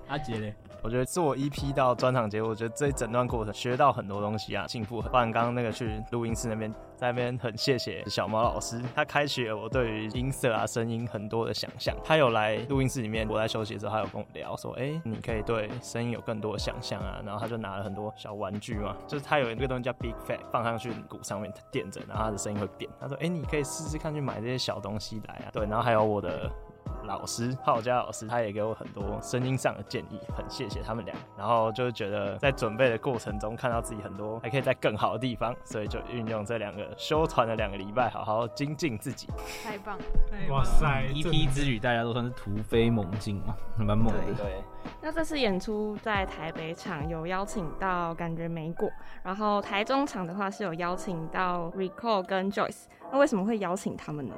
阿杰嘞，我觉得做 EP 到专场结果，我觉得这一整段过程学到很多东西啊，进步很。包含刚刚那个去录音室那边，在那边很谢谢小毛老师，他开启了我对于音色啊、声音很多的想象。他有来录音室里面，我在休息的时候，他有跟我聊说，哎、你可以对声音有更多的想象啊。然后他就拿了很多小玩具嘛，就是他有一个东西叫 Big Fat，放上去鼓上面垫着，然后他的声音会变。他说，哎、你可以试试看去买这些小东西来啊。对，然后还有哎我的老师，浩佳老师，他也给我很多声音上的建议，很谢谢他们俩。然后就是觉得在准备的过程中，看到自己很多还可以在更好的地方，所以就运用这两个休团的两个礼拜，好好精进自己。哎太棒了！哇塞！EP 嗯 E 之旅大家都算是突飞猛进嘛，蛮猛的。对，那这次演出在台北场有邀请到感觉没过，然后台中场的话是有邀请到 Recall 跟 Joyce，那为什么会邀请他们呢？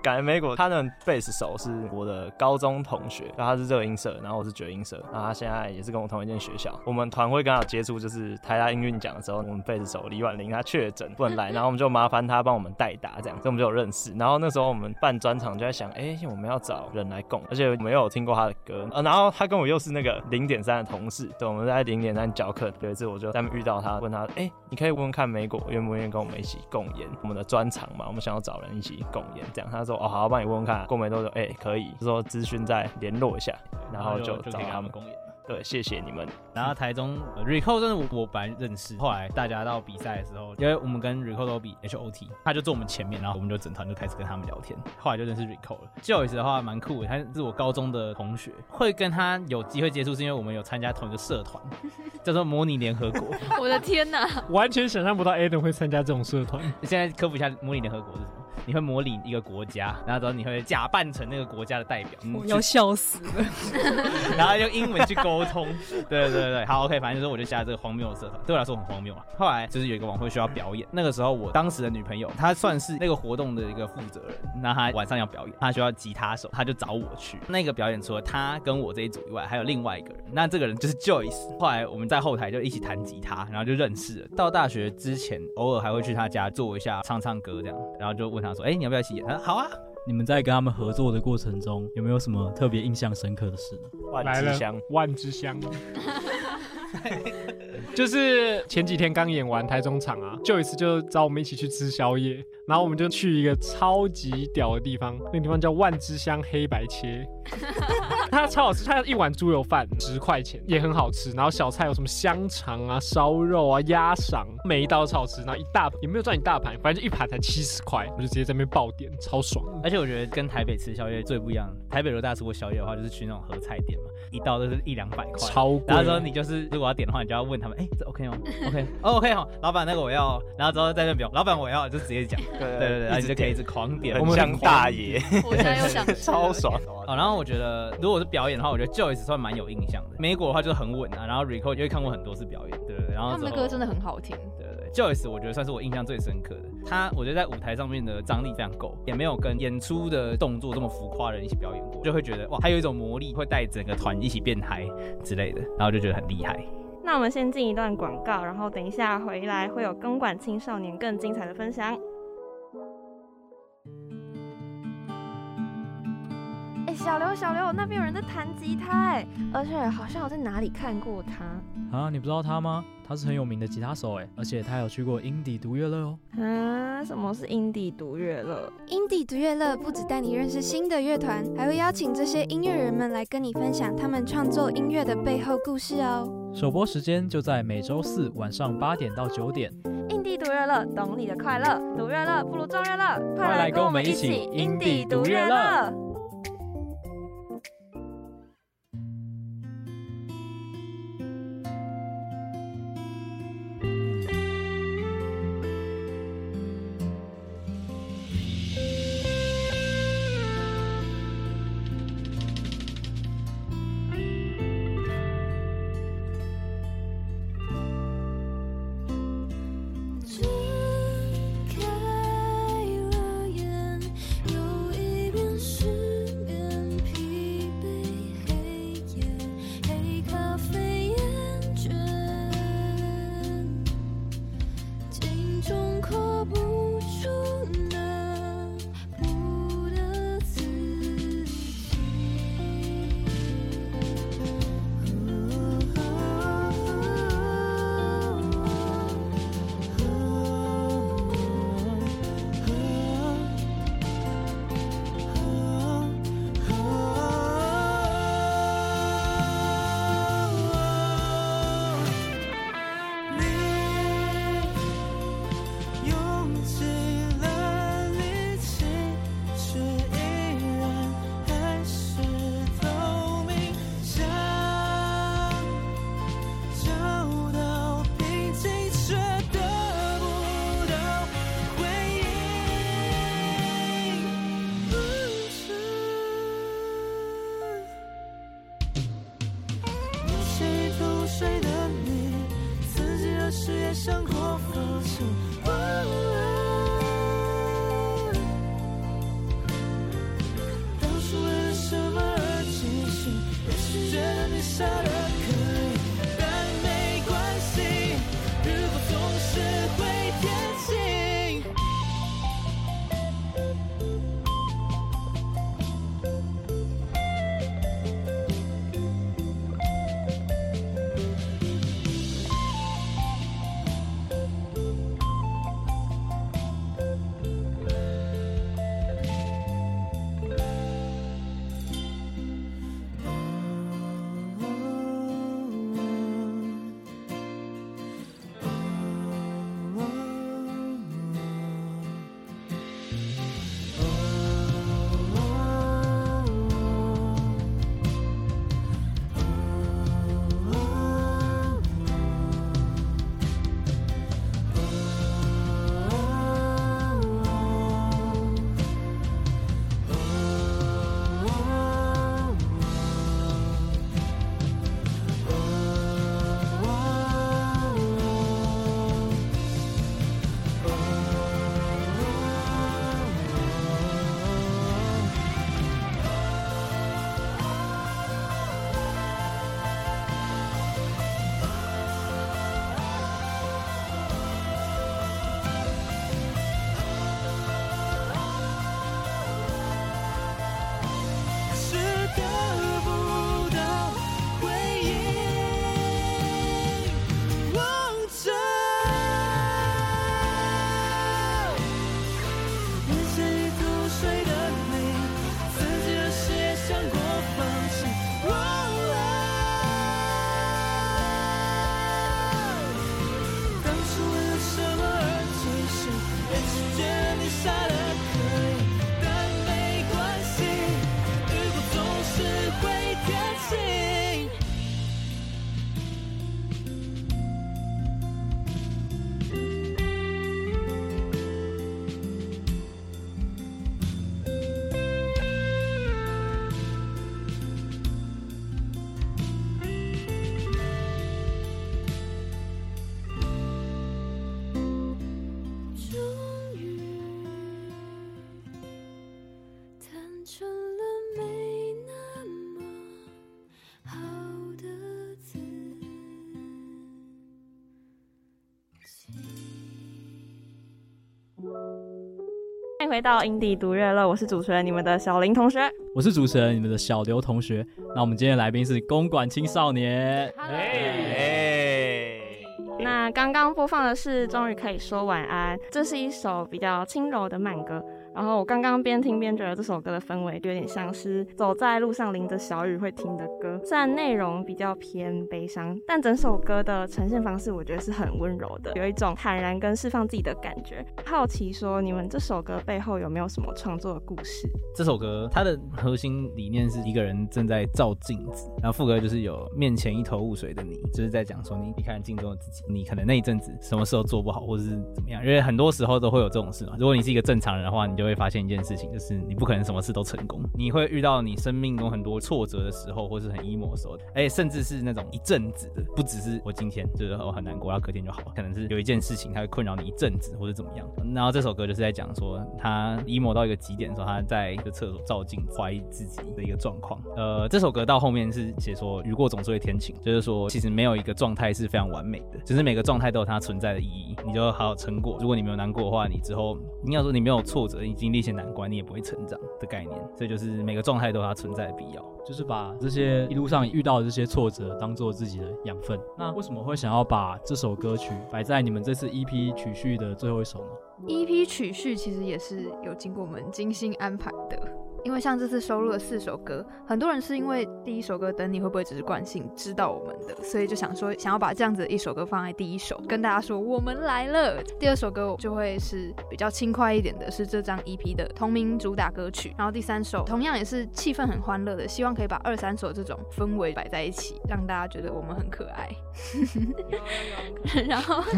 感觉美国他的贝斯手是我的高中同学，然后他是热音社，然后我是爵音社，然后他现在也是跟我同一间学校。我们团会刚好接触，就是台大音韵奖的时候，我们贝斯手李婉玲她确诊不能来，然后我们就麻烦她帮我们代打这样，所以我们就有认识。然后那时候我们办专场就在想，哎、我们要找人来供，而且没有听过他的歌，呃，然后他跟我又是那个零点三的同事，对，我们在零点三教课，有一次我就在那边遇到他，问他，哎、你可以问问看美国愿不愿意跟我们一起共演我们的专场嘛？我们想要找人一起共演，这样他说哦好，帮你问问看。过没多久，哎、可以，就说资讯再联络一下，然后就找就可以跟他他们们。公演。对，谢谢你们。 然后台中呃 Rico 真的我我本来认识，后来大家到比赛的时候，因为我们跟 Rico 都比 HOT，他就坐我们前面，然后我们就整团就开始跟他们聊天，后来就认识 Rico 了。Joyce 的话蛮酷的，他是我高中的同学，会跟他有机会接触是因为我们有参加同一个 社团，叫做模拟联合国。 我的天哪！完全想象不到 Adam 会参加这种社团。 现在科普一下模拟联合国是什么？你会模拟一个国家，然后之后你会假扮成那个国家的代表，我嗯要去笑死 了。然后用英文去沟通。对对对，好，OK，反正就是我就加这个荒谬的社团，对我来说很荒谬啊。后来就是有一个晚会需要表演，那个时候我当时的女朋友，她算是那个活动的一个负责人，那她晚上要表演，她需要吉他手，她就找我去。那个表演除了她跟我这一组以外，还有另外一个人，那这个人就是 Joyce。后来我们在后台就一起弹吉他，然后就认识了。到大学之前，偶尔还会去她家做一下唱唱歌这样，然后就问她说，哎、你要不要一起演？她说好啊。你们在跟他们合作的过程中，有没有什么特别印象深刻的事呢？万 来之了香，万之香。就是前几天刚演完台中场啊，就有一次就找我们一起去吃宵夜，然后我们就去一个超级屌的地方，那个地方叫万之乡黑白切。 它超好吃，它一碗猪油饭十块钱，也很好吃。然后小菜有什么香肠啊、烧肉啊、鸭肠，每一道都超好吃。然后一大也没有赚一大盘，反正就一盘才七十块，我就直接在那边爆点，超爽。而且我觉得跟台北吃宵夜最不一样，台北如果大家吃过宵夜的话，就是去那种合菜店嘛，一道都是一两百块，超贵然后之后你就是如果要点的话，你就要问他们，哎、这 OK 哦，OK 哦 OK 哦，老板那个我要，然后之后再认表，老板我要，就直接讲，对对对，然后一你直就可以点一直狂点，很我们像狂大爷我现在又想对对 对超爽哦，然后我觉得如果是表演的话，我觉得 Joyce 算蛮有印象的，美国的话就是很稳啊，然后 Rico 因为看过很多次表演，对对对，然后他们的之后歌真的很好听。 Joyce 我觉得算是我印象最深刻的。他我觉得在舞台上面的张力非常够，也没有跟演出的动作这么浮夸的人一起表演过，就会觉得哇，他有一种魔力，会带整个团一起变嗨之类的，然后就觉得很厉害。那我们先进一段广告，然后等一下回来会有公馆青少年更精彩的分享。哎、小刘，小刘，那边有人在弹吉他哎，而且好像我在哪里看过他。啊，你不知道他吗？他是很有名的吉他手哎，而且他有去过英迪独乐乐哦。啊，什么是印地独乐乐？ Indie 独乐乐不只带你认识新的乐团，还会邀请这些音乐人们来跟你分享他们创作音乐的背后故事哦。首播时间就在每周四晚上八点到九点。印地独乐乐，懂你的快乐，独乐乐不如众乐乐，快来跟我们一起印地 indie 独乐乐。睁开了眼，又一遍失眠，疲惫黑夜，黑咖啡厌倦，镜中刻不出那不的自己。你用尽了力气，却依然还是透明，想找到平静，却得不到回应。不知一起入睡的你。自己的事业像过风尘忘了，当初为了什么而继续？也许觉得你傻的可以，但没关系，日光总是会天晴。迎回到英迪独乐乐，我是主持人你们的小林同学。我是主持人，你们的小刘同学。那我们今天的来宾是公馆青少年。哎那刚刚播放的是《终于可以说晚安》，这是一首比较轻柔的慢歌。然后我刚刚边听边觉得这首歌的氛围有点像是走在路上淋着小雨会听的歌，虽然内容比较偏悲伤，但整首歌的呈现方式我觉得是很温柔的，有一种坦然跟释放自己的感觉。好奇说你们这首歌背后有没有什么创作的故事？这首歌它的核心理念是一个人正在照镜子，然后副歌就是有面前一头雾水的你，就是在讲说你你看镜中的自己，你可能那一阵子什么事都做不好，或是怎么样，因为很多时候都会有这种事嘛。如果你是一个正常人的话，你就会发现一件事情，就是你不可能什么事都成功，你会遇到你生命中很多挫折的时候，或是很 emo 的时候，而且甚至是那种一阵子的，不只是我今天就是我很难过，然后隔天就好了，可能是有一件事情它会困扰你一阵子，或者怎么样。然后这首歌就是在讲说他 emo 到一个极点的时候，他在一个厕所照镜，怀疑自己的一个状况。呃，这首歌到后面是写说雨过总是会天晴，就是说其实没有一个状态是非常完美的，只是每个状态都有它存在的意义。你就好好撑过，如果你没有难过的话，你之后应该说你没有挫折，你经历一些难关，你也不会成长的概念。所以就是每个状态都有它存在的必要。就是把这些一路上遇到的这些挫折当做自己的养分。那为什么会想要把这首歌曲摆在你们这次 EP 曲序的最后一首呢？ EP E 曲序其实也是有经过我们精心安排的，因为像这次收录了四首歌，很多人是因为第一首歌《等你》会不会只是惯性知道我们的，所以就想说想要把这样子的一首歌放在第一首，跟大家说我们来了。第二首歌就会是比较轻快一点的，是这张 EP 的同名主打歌曲。然后第三首同样也是气氛很欢乐的，希望可以把二三首这种氛围摆在一起，让大家觉得我们很可爱。 然后，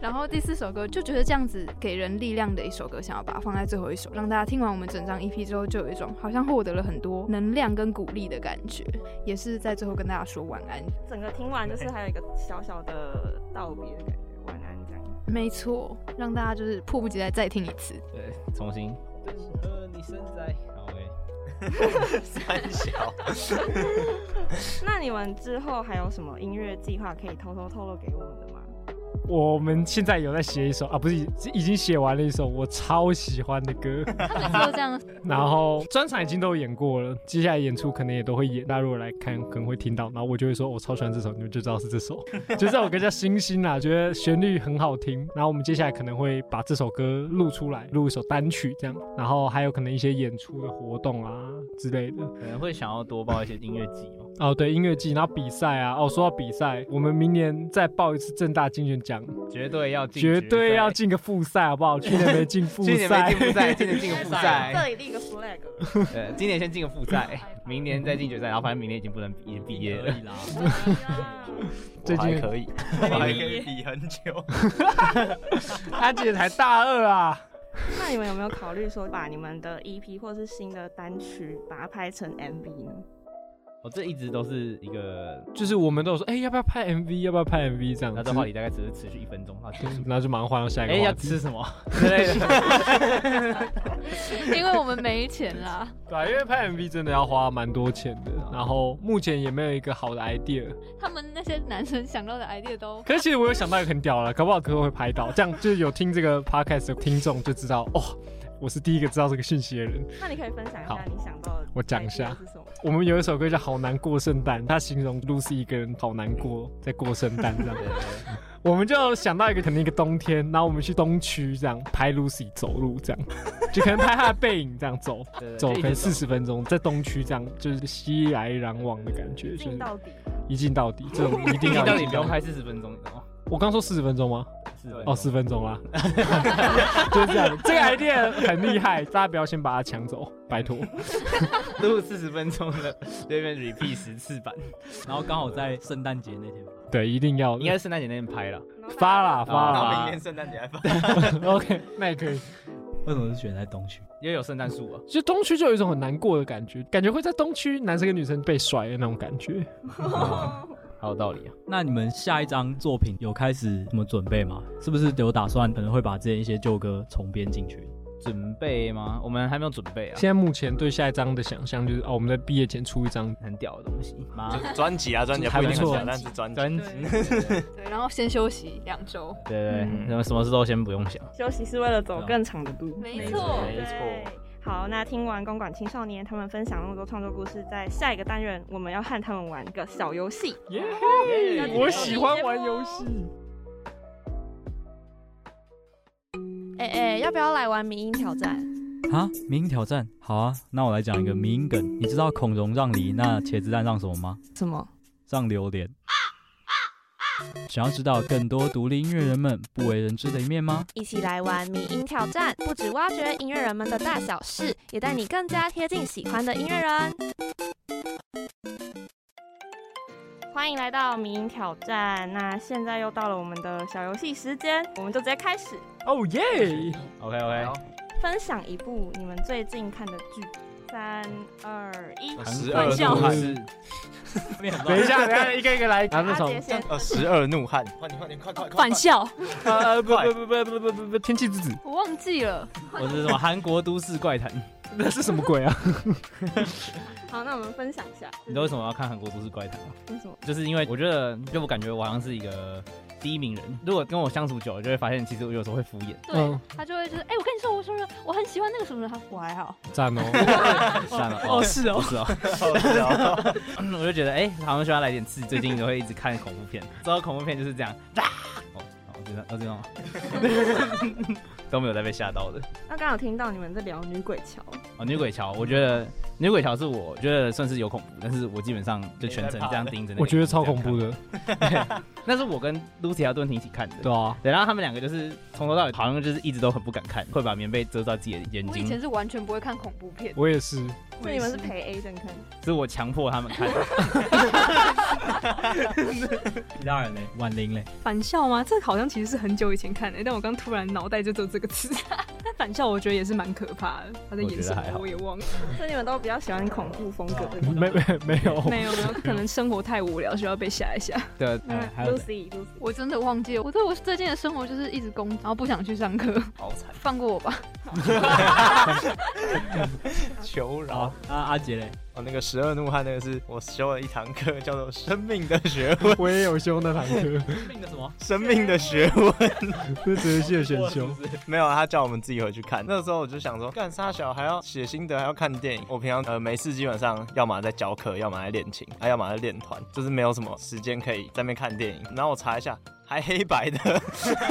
然后第四首歌就觉得这样子给人力量的一首歌，想要把它放在最后一首，让大家听完我们整张 EP 之后，就有一种好像获得了很多能量跟鼓励的感觉，也是在最后跟大家说晚安。整个听完就是还有一个小小的道别的感觉，晚安这样。没错，让大家就是迫不及待再听一次。对，重新。呃你身在。三小。 那你们之后还有什么音乐计划可以偷偷透露给我们的吗？我们现在有在写一首啊，不是已经写完了一首我超喜欢的 歌，就这样，然后专场已经都演过了，接下来演出可能也都会演，大家如果来看可能会听到，然后我就会说我超喜欢这首，你们就知道是这首， 就这首歌叫《星星》啦，觉得旋律很好听，然后我们接下来可能会把这首歌录出来，录一首单曲这样，然后还有可能一些演出的活动啊之类的。可能会想要多报一些音乐季哦。哦，对，音乐季，然后比赛啊，哦，说到比赛，我们明年再报一次正大金选奖，绝对要进绝决对要进个复赛，好不 好？去年没进复去年没赛，进复 赛，今年进个复 这赛，里立个 flag，呃，今年先进个复赛， 明年再进决赛，然后反正明年已经不能毕已经毕业了。最近我还可以 我还可以以比很 久。他姐才大二啊。那你们有没有考虑说把你们的 EP 或是新的单曲把它拍成 MV 呢？我这一直都是一个，就是我们都有说，哎、要不要拍 MV？要不要拍 MV？这样子。那这话题大概只是持续一分钟，然后结束然后就马上换到下一个哎话题。要吃 什么之类的因为我们没钱啦。对，因为拍 MV 真的要花蛮多钱的，嗯然后目前也没有一个好的 idea。他们那些男生想到的 idea 都可是其实我有想到一个很屌了，搞不好哥会拍到，这样就是有听这个 podcast 的听众就知道，哦，我是第一个知道这个讯息的人。那你可以分享一好下你想到的我讲一下 idea 是什么？我们有一首歌叫《好难过圣诞》，它形容 Lucy 一个人好难过，在过圣诞这样。 我们就想到一个可能一个冬天，然后我们去东区这样拍 Lucy 走路 这样，就可能拍她的背影这样走对对走，就一直可能走四十分钟在东区这样，就是熙来攘往的感觉，就是到底一镜到底，这种一定要到一底镜不用拍四十分钟，你知道吗？我刚说四十分钟吗？ 40分钟哦，四分钟啦，就是这样。这个 idea 很厉害，大家不要先把它抢走，拜托。 录四十分钟的那边 repeat 十次版，然后刚好在圣诞节那天，对，一定要应该是圣诞节那天拍了，发啦发啦。明天圣诞节还发 OK，那也可以。为什么是选在东区？也有圣诞树啊。其实东区就有一种很难过的感觉，感觉会在东区男生跟女生被甩的那种感觉。好有道理啊。那你们下一张作品有开始什么准备吗？是不是有打算可能会把之前一些旧歌重编进去？准备吗？我们还没有准备啊。现在目前对下一张的想象就是，哦，我们在毕业前出一张很屌的东西，妈就专辑啊，专辑还不一不定很错小，，但是专专辑，对，然后先休息两周。对对，那么什么事都先不用想。休息是为了走更长的路。没错没错对。好，那听完公馆青少年他们分享那么多创作故事，在下一个单元我们要和他们玩一个小游戏。耶要听我喜欢玩游戏。哎哎，要不要来玩迷音挑战？啊，民音挑战，好啊，那我来讲一个民音梗。你知道孔融让梨，那茄子蛋让什么吗？什么？让榴莲。想要知道更多独立音乐人们不为人知的一面吗？一起来玩迷音挑战，不止挖掘音乐人们的大小事，也带你更加贴近喜欢的音乐人。欢迎来到迷音挑战。那现在又到了我们的小游戏时间，我们就直接开始哦耶！ OK OK，分享一部你们最近看的剧。三二一，十二笑怒汉。等一下，等一下，一个一个来。啊，那种阿杰先呃，十二怒汉，换你，换你，快快快！返校 呃，不不不不不不不不，天气之子，我忘记了，我是什么韩国都市怪谈？那是什么鬼啊？好，那我们分享一下。你知道为什么要看韩国都市怪谈吗？为什么？就是因为我觉得，就我感觉我好像是一个第一名人。如果跟我相处久了，就会发现其实我有时候会敷衍。嗯，他就会就是，哎、我跟你说，我说了，我很喜欢那个什么人，他我还好，赞哦。 算了，哦是哦是哦，是哦， 我就觉得哎，好像需要来点刺激。最近都会一直看恐怖片，之后恐怖片就是这样，啊哦，哦这样，哦这样哦， 都没有再被吓到的。那刚好听到你们在聊《女鬼 桥》，哦，女鬼桥，我觉得女鬼桥是我觉得算是有恐怖，但是我基本上就全程这样盯着那个。我觉得超恐怖的。那是我跟 Lucy 还有顿婷一起看的。对啊，对，然后他们两个就是从头到尾好像就是一直都很不敢看，会把棉被遮到自己的眼我以前睛。是完全不会看恐怖片，我也是，所以你们是陪 A 正看。是我强迫他们 看。其他人嘞，婉 玲嘞，返校吗？这好像其实是很久以前看的，但我刚突然脑袋就只有这个词。 但返校我觉得也是蛮可怕的，他在演什我觉得还么好我也忘了。所以你们都比较喜欢恐怖风格的。没没没有没有没有，可能生活太无聊，需要被吓一下。对，哎嗯还有谁 Lucy，Lucy，我真的忘记了。我对我最近的生活就是一直工作，然后不想去上课，好 惨，放过我吧。求饶。啊阿杰嘞，哦，那个十二怒汉那个是我修了一堂课，叫做《生命的学问》，我也有修那堂课，命的什么？ 生命的学问。 是哲学选修。没有，他叫我们自己回去看。那时候我就想说，干啥小还要写心得，还要看电影。我平常呃没事，基本上要么在教课，要么在练琴，啊还、要么在练团，就是没有什么时间可以在那边看电影。然后我查一下。还黑白的，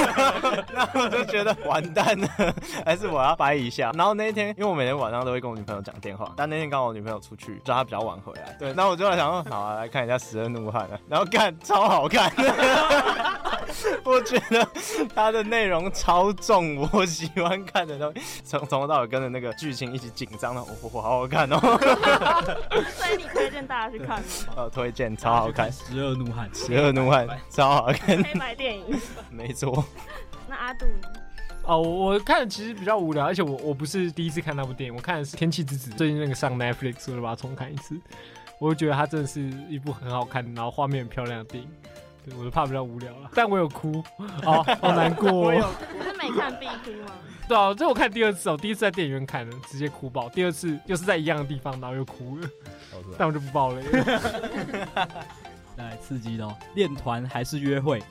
那我就觉得完蛋了，还是我要掰一下。然后那一天，因为我每天晚上都会跟我女朋友讲电话，但那天刚好我女朋友出去，就她比较晚回来。对，那我就想说，好、啊、来看一下《十二怒汉》啊，然后看超好看，我觉得它的内容超重，我喜欢看的东西，从从头到尾跟着那个剧情一起紧张的，哦，我好好看哦，所以你推荐大家去看吗？呃，推荐超好看，《十二怒汉，十二怒汉》超好看，黑白电影。没错，那阿杜，哦，我看的其实比较无聊，而且我我不是第一次看那部电影，我看的是《天气之子》，最近那个上 Netflix，我就把它重看一次。我就觉得它真的是一部很好看，然后画面很漂亮的电影。对，我就怕比较无聊了，但我有哭，哦，好难 过、我有哦。你是每看必哭吗？对啊，这我看第二次哦，第一次在电影院看的，直接哭爆；第二次又是在一样的地方，然后又哭了，但我就不爆了。来刺激喽，练团还是约会？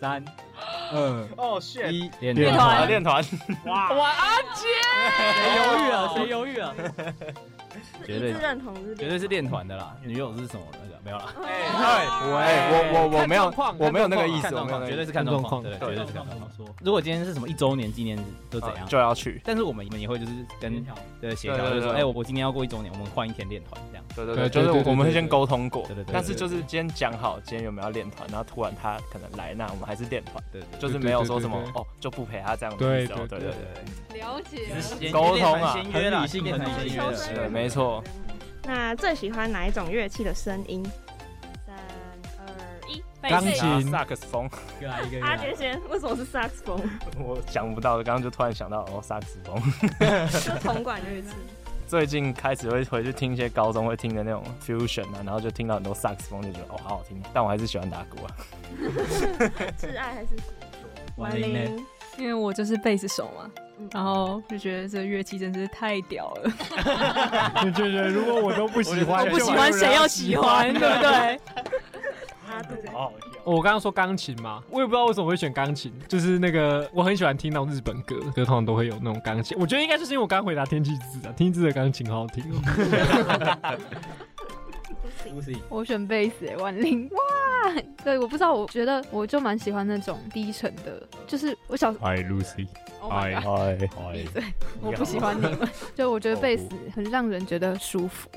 三、二、哦，炫，一，练团团，练团，哇，哇，阿杰，谁犹豫了？谁犹豫了？绝一对致认同是哦绝对是练团的啦。女友是什么那个？没有啦。哎，我我我没有看状况，我没有那个意看思，我状没有况，那绝个对意是思，看状况，看对，状况绝对是看看状状况况。如果今天是什么一周年纪念日，都怎样啊？就要去，但是我们你们也会就是跟对协调，对对就是说，对哎，我我今天要过一周年，我们换一天练团这样。对对对对，对就是对对我们会先对沟通过对对对，但是对就是今天讲好，今天有没有要练团，然后突然他可能来，那我们还是练团，对对对就是对没有对说对什么对哦就不陪他这样子对意思哦，对对对对对对了解对，只是沟通啊先约啦很理性练团很理先性约啦对，没错，那最喜欢哪一种乐器的声音？三二一，钢琴啊萨克斯风，一个来一个阿来杰。先，为什么是萨克斯风？ 我想不到的，刚刚就突然想到哦萨克斯风，就铜管乐器。最近开始会回去听一些高中会听的那种 fusion 啊，然后就听到很多萨克斯风，就觉得哦 好好听，但我还是喜欢打鼓啊，挚爱还是婉玲嘞，因为我就是贝斯手嘛，嗯然后就觉得这乐器真是太屌了。你 就觉得如果我都不喜欢，我不喜欢谁要喜欢，对不对？哦，我刚刚说钢琴嘛，我也不知道为什么会选钢琴，就是那个我很喜欢听那种日本歌，歌通常都会有那种钢琴。我觉得应该就是因为我刚回答天气之子啊，天气之子的钢琴好好听 哦。我选贝斯、欸，万灵哇！对，我不知道，我觉得我就蛮喜欢那种低沉的，就是我小 Hi Lucy， Oh my Hi god Hi 闭嘴，我不喜欢你 们，就我觉得贝斯很让人觉得舒服，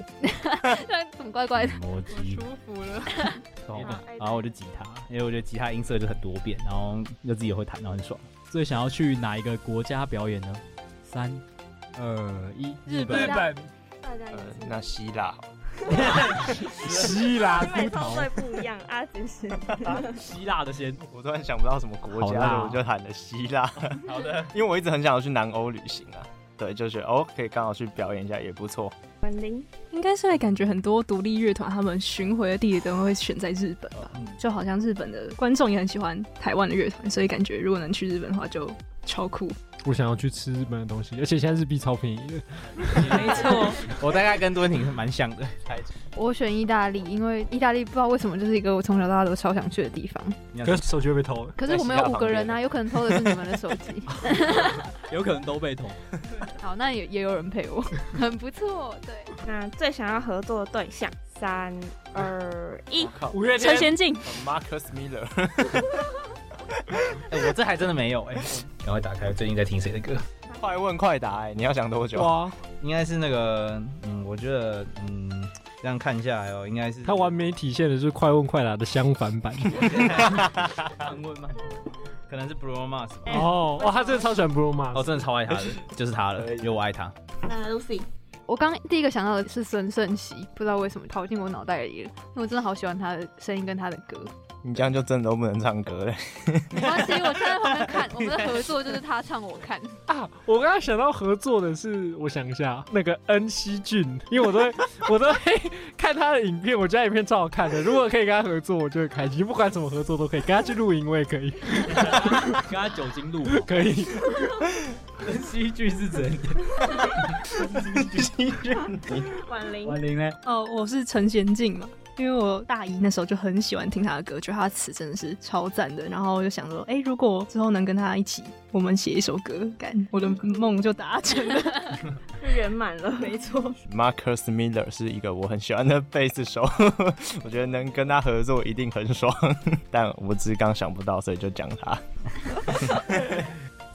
怎么怪怪的？我舒服 了。 然后我就吉他，因为我觉得吉他音色就很多变，然后又自己也会弹，然后很爽。最想要去哪一个国家表演呢？三、二、一，日本日本大家一起呃那希腊好希腊每套队不一样，阿杰是。希腊的先，我突然想不到什么国好家辣的，哦我就喊了希腊。 好的，因为我一直很想要去南欧旅行啊，对，就觉得哦，可以刚好去表演一下，也不错。文林应该是会感觉很多独立乐团他们巡回的地点都会选在日本吧，就好像日本的观众也很喜欢台湾的乐团，所以感觉如果能去日本的话就超酷。我想要去吃日本的东西，而且现在日币超便宜的。没错， 我大概跟多婷是蛮像的，猜我选意大利，因为意大利不知道为什么就是一个我从小到大都超想去的地方。可是手机会被偷了。可是我们有五个人啊，有可能偷的是你们的手机。 有可能都被捅。好，那也也有人陪我，很不错。对，那最想要合作的对象，三二一，五月天陈贤进，Marcus Miller， 哎、我这还真的没有哎、我赶快打开，最近在听谁的歌？快问快答、哎，你要想多久？哇，啊应该是那个，嗯，我觉得，嗯，这样看下来哦，应该 是它完美体现的是快问快答的相反版。韩文吗？可能是 Bruno Mars 吧。哦哦哦，他真的超喜欢 Bruno Mars，我真的超爱他 的，就是他了，因为我爱他。那 Lucy，我刚第一个想到的是孙盛熙，不知道为什么跑进我脑袋里了，因为我真的好喜欢他的声音跟他的歌。 你这样就真的都不能唱歌嘞。没关系，我站在旁边看，我们的合作就是他唱我看。啊，我刚刚想到合作的是，我想一下，那个恩熙俊，因为我都 会我都会看他的影片，我觉得他影片超好看的。如果可以跟他合作，我就很开心，不管什么合作都可以，跟他去露营我也可以，跟他酒精 路可以。跟戏剧是怎样？婉玲 婉玲呢？哦，我是陈贤进嘛，因为我大一那时候就很喜欢听他的歌，觉得他的词真的是超赞的。然后我就想说，哎、如果之后能跟他一起，我们写一首歌，感我的梦就达成了，圆满了，没错。 Marcus Miller 是一个我很喜欢的贝斯手， 我觉得能跟他合作一定很爽， 但我只是刚想不到，所以就讲他。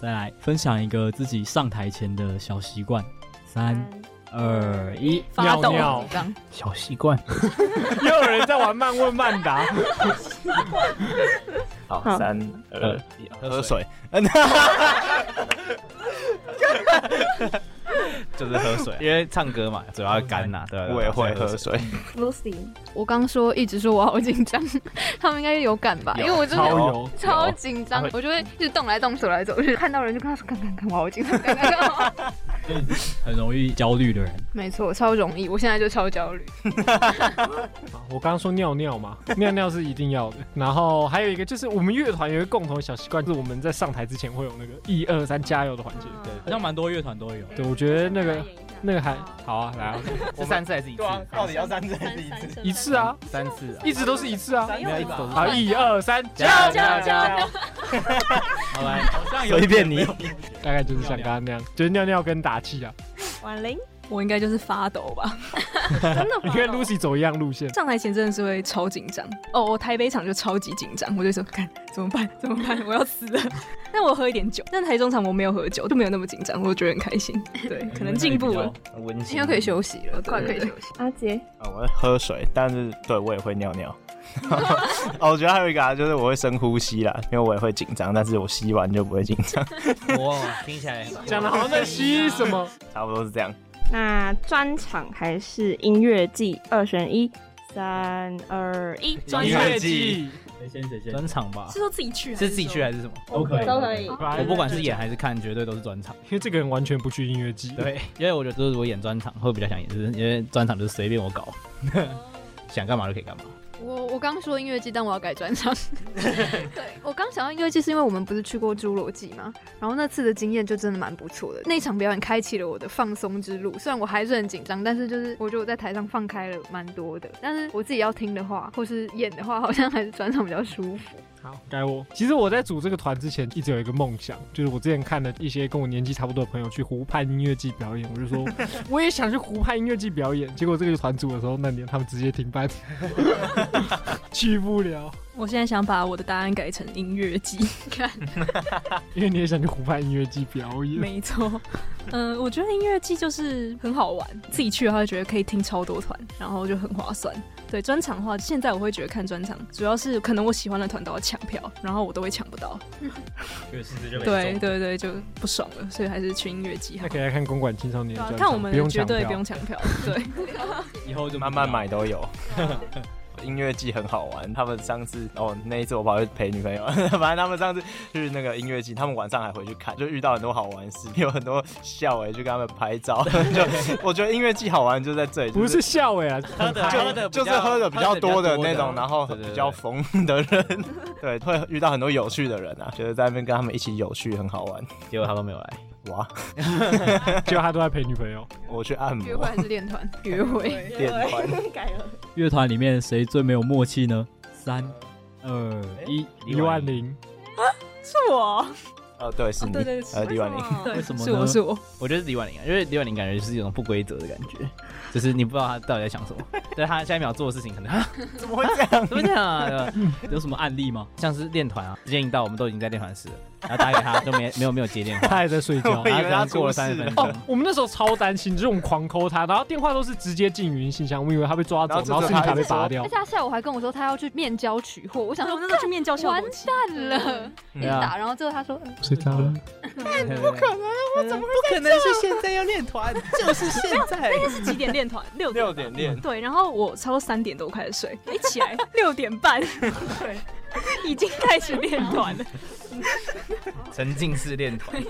再来分享一个自己上台前的小习惯，三、二、一，发抖尿紧张尿，小习惯。 又有人在玩慢问慢答。 好，好三二一，喝 水，就是喝水，因为唱歌嘛，嘴巴会干呐，对吧？啊我也会喝水。 Lucy，我刚说一直说我好紧张，他们应该有感吧？因有为我真超的有超有紧张会，我就会一直动来动手来走去，看到人就跟他说：“看看看，我好紧张。看看看我好紧张很容易焦虑的人，” 没错，超容易，我现在就超焦虑。我刚刚说尿尿嘛，尿尿是一定要的。然后还有一个就是我们乐团有一个共同的小习惯，就是我们在上台之前会有那个一二三加油的环节。对，好像蛮多乐团都有。对，我觉得那个那个还好啊，来 啊，是三次还是一次？到底要三次还是一次？一次啊，三次啊，一直都是一次啊，没有一直都是好，一二三，加油加油加加油！ 好来，好像随便你， 大概就是像刚刚那样，就是尿尿跟打气啊。婉玲， 我应该就是发抖吧。你跟 Lucy 走一样路线，上台前真的是会超紧张哦，我台北场就超级紧张，我就说看怎么办怎么办，我要死了。 但我喝一点酒，但台中场我没有喝酒，就没有那么紧张，我觉得很开心。对，可能进步了，温现在可以休息了，快可以休息。阿杰，啊，我会喝水，但是对我也会尿 尿。哦，我觉得还有一个啊，就是我会深呼吸啦，因为我也会紧张，但是我吸完就不会紧张， 哇，听起来讲的好像在吸什么。差不多是这样。那专场还是音乐季？二选一，三二一，专场季，谁先谁先？专场吧，是说自己去还是自己去还是什么？都可以都可以我不管是演还是看，绝对都是专场。因为这个人完全不去音乐季。对，因为我觉得就是我演专场会比较想演，就是因为专场就是随便我搞，哦 想干嘛就可以干嘛。 我我刚说音乐季，但我要改专场。对我刚想到音乐季是因为我们不是去过侏罗纪吗？然后那次的经验就真的蛮不错的，那场表演开启了我的放松之路。虽然我还是很紧张，但是就是我觉得我在台上放开了蛮多的。但是我自己要听的话，或是演的话，好像还是专场比较舒服。好，该我。其实我在组这个团之前，一直有一个梦想，就是我之前看了一些跟我年纪差不多的朋友去湖畔音乐季表演，我 就说我也想去湖畔音乐季表演。结果这个团组的时候，那年他们直接停办，去不了。我现在想把我的答案改成音乐季，看， 因为你也想去湖畔音乐季表演，没错。嗯、我觉得音乐季就是很好玩，自己去的话就觉得可以听超多团，然后就很划算。对专场的话，现在我会觉得看专场，主要是可能我喜欢的团都要抢票，然后我都会抢不到。嗯确实这就没对中对对，就不爽了，所以还是去音乐季好那。可以来看公馆青少年对的啊专，场，看我们不用绝抢对票不用抢 票，对。以后就慢慢买都有。 音乐季很好玩，他们上次哦那一次我跑去陪女朋友， 反正他们上次去那个音乐季，他们晚上还回去看，就遇到很多好玩的事，有很多笑哎、就跟他们拍照。 就我觉得音乐季好玩就在这里，就不是笑尾啊，喝的就喝的就是比较喝的比较多的那种，然后对对对比较疯的人， 对，会遇到很多有趣的人啊，觉得在那边跟他们一起有趣很好玩。结果他都没有来，哇！ 结果他都在陪女朋友，我去按摩约会还是练团？约会，练 团改了。乐团里面谁最没有默契呢？三、二、一，哎一万零。 是我，哦，对，是你，对对对呃，李婉玲，对为什么呢是我是我，我觉得是李婉玲啊，因为李婉玲感觉就是有种不规则的感觉，就是你不知道她到底在想什么，但她下一秒做的事情可能 啊， 怎么会这样？怎么这 样啊？嗯有什么案例吗？像是练团啊，时间一到，我们都已经在练团室了，然后打给她都没没有没有接电话，她 还在睡觉然后可能过了三十分钟哦，，我们那时候超担心，就是我们狂抠他，然后电话都是直接进语音信箱，我以为他被抓走，然后然后这信用时候卡被他拔掉而且。他下午还跟我说他要去面交取货，我想说我哦那时候去面交效完果器蛋了，一嗯直打，然后最后他说，睡着了，哎太不可能了， 我怎么不可能是现在要练 团，就是现在。那个是几点练团？ 六六点练，对，然后我超过三点多开始睡，一起 来六点半，对，已经开始练团了。沉浸式练团，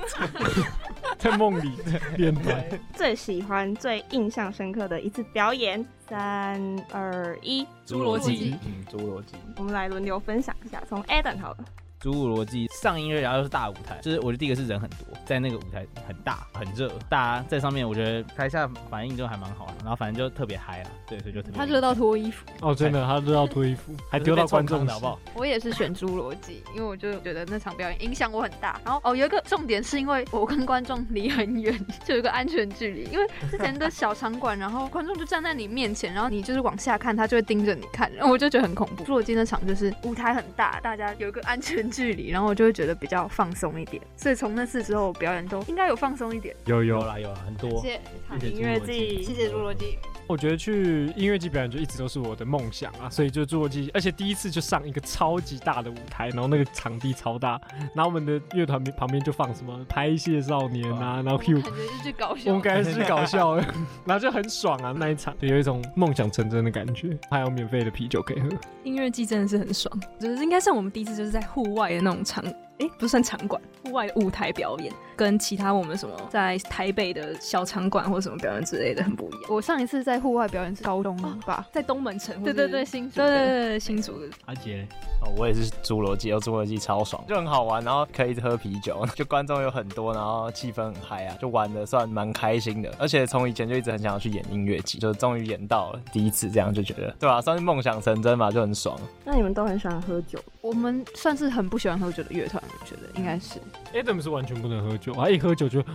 在梦里练团。最喜欢、最印象深刻的一次表演，三二一， 侏罗纪，嗯，侏罗纪。我们来轮流分享一下，从 Adam 好了。侏罗纪上音乐，然后又是大舞台，就是我觉得第一个是人很多，在那个舞台很大很热，大家在上面，我觉得台下反应就还蛮好的，然后反正就特别嗨啊，对，所以就特别。他热到脱衣服。哦，真的，他都要脱衣服， 还丢到观众室好不好？我也是选侏罗纪，因为我就觉得那场表演影响我很大。然后哦，有一个重点是因为我跟观众离很远，就有一个安全距离。因为之前的小场馆，然后观众就站在你面前，然后你就是往下看，他就会盯着你看，然后我就觉得很恐怖。侏罗纪那场就是舞台很大，大家有一个安全距离，然后我就会觉得比较放松一点。所以从那次之后，我表演都应该有放松一点。有有啦有啦，很多。谢谢谢谢音乐季，谢谢侏罗纪。我觉得去音乐季表演就一直都是我的梦想啊，所以就侏罗纪，而且第一次就上一个超级大的舞台，然后那个场地超大，然后我们的乐团旁边就放什么拍戏少年啊，然后 Q，感觉就是搞笑，我们感觉是搞。笑 的，然后就很爽啊那一场，就有一种梦想成真的感觉，还有免费的啤酒可以喝。音乐季真的是很爽，就是应该算我们第一次就是在户外的那种场，诶、不是算场馆，户外的舞台表演，跟其他我们什么在台北的小场馆或什么表演之类的很不一样。哦我上一次在户外表演是高中吧，在东门城，对对对，新竹对的对对对新竹的，阿杰，哦，我也是侏罗纪，哦，侏罗纪超爽，就很好玩，然后可以一直喝啤酒， 就观众有很多，然后气氛很嗨啊，就玩的算蛮开心的。而且从以前就一直很想要去演音乐季，就终于演到了第一次，这样就觉得对吧、啊算是梦想成真嘛，就很爽。那你们都很喜欢喝酒，我们算是很不喜欢喝酒的乐团，我觉得应该是。 Adam 是完全不能喝酒，他一喝酒就，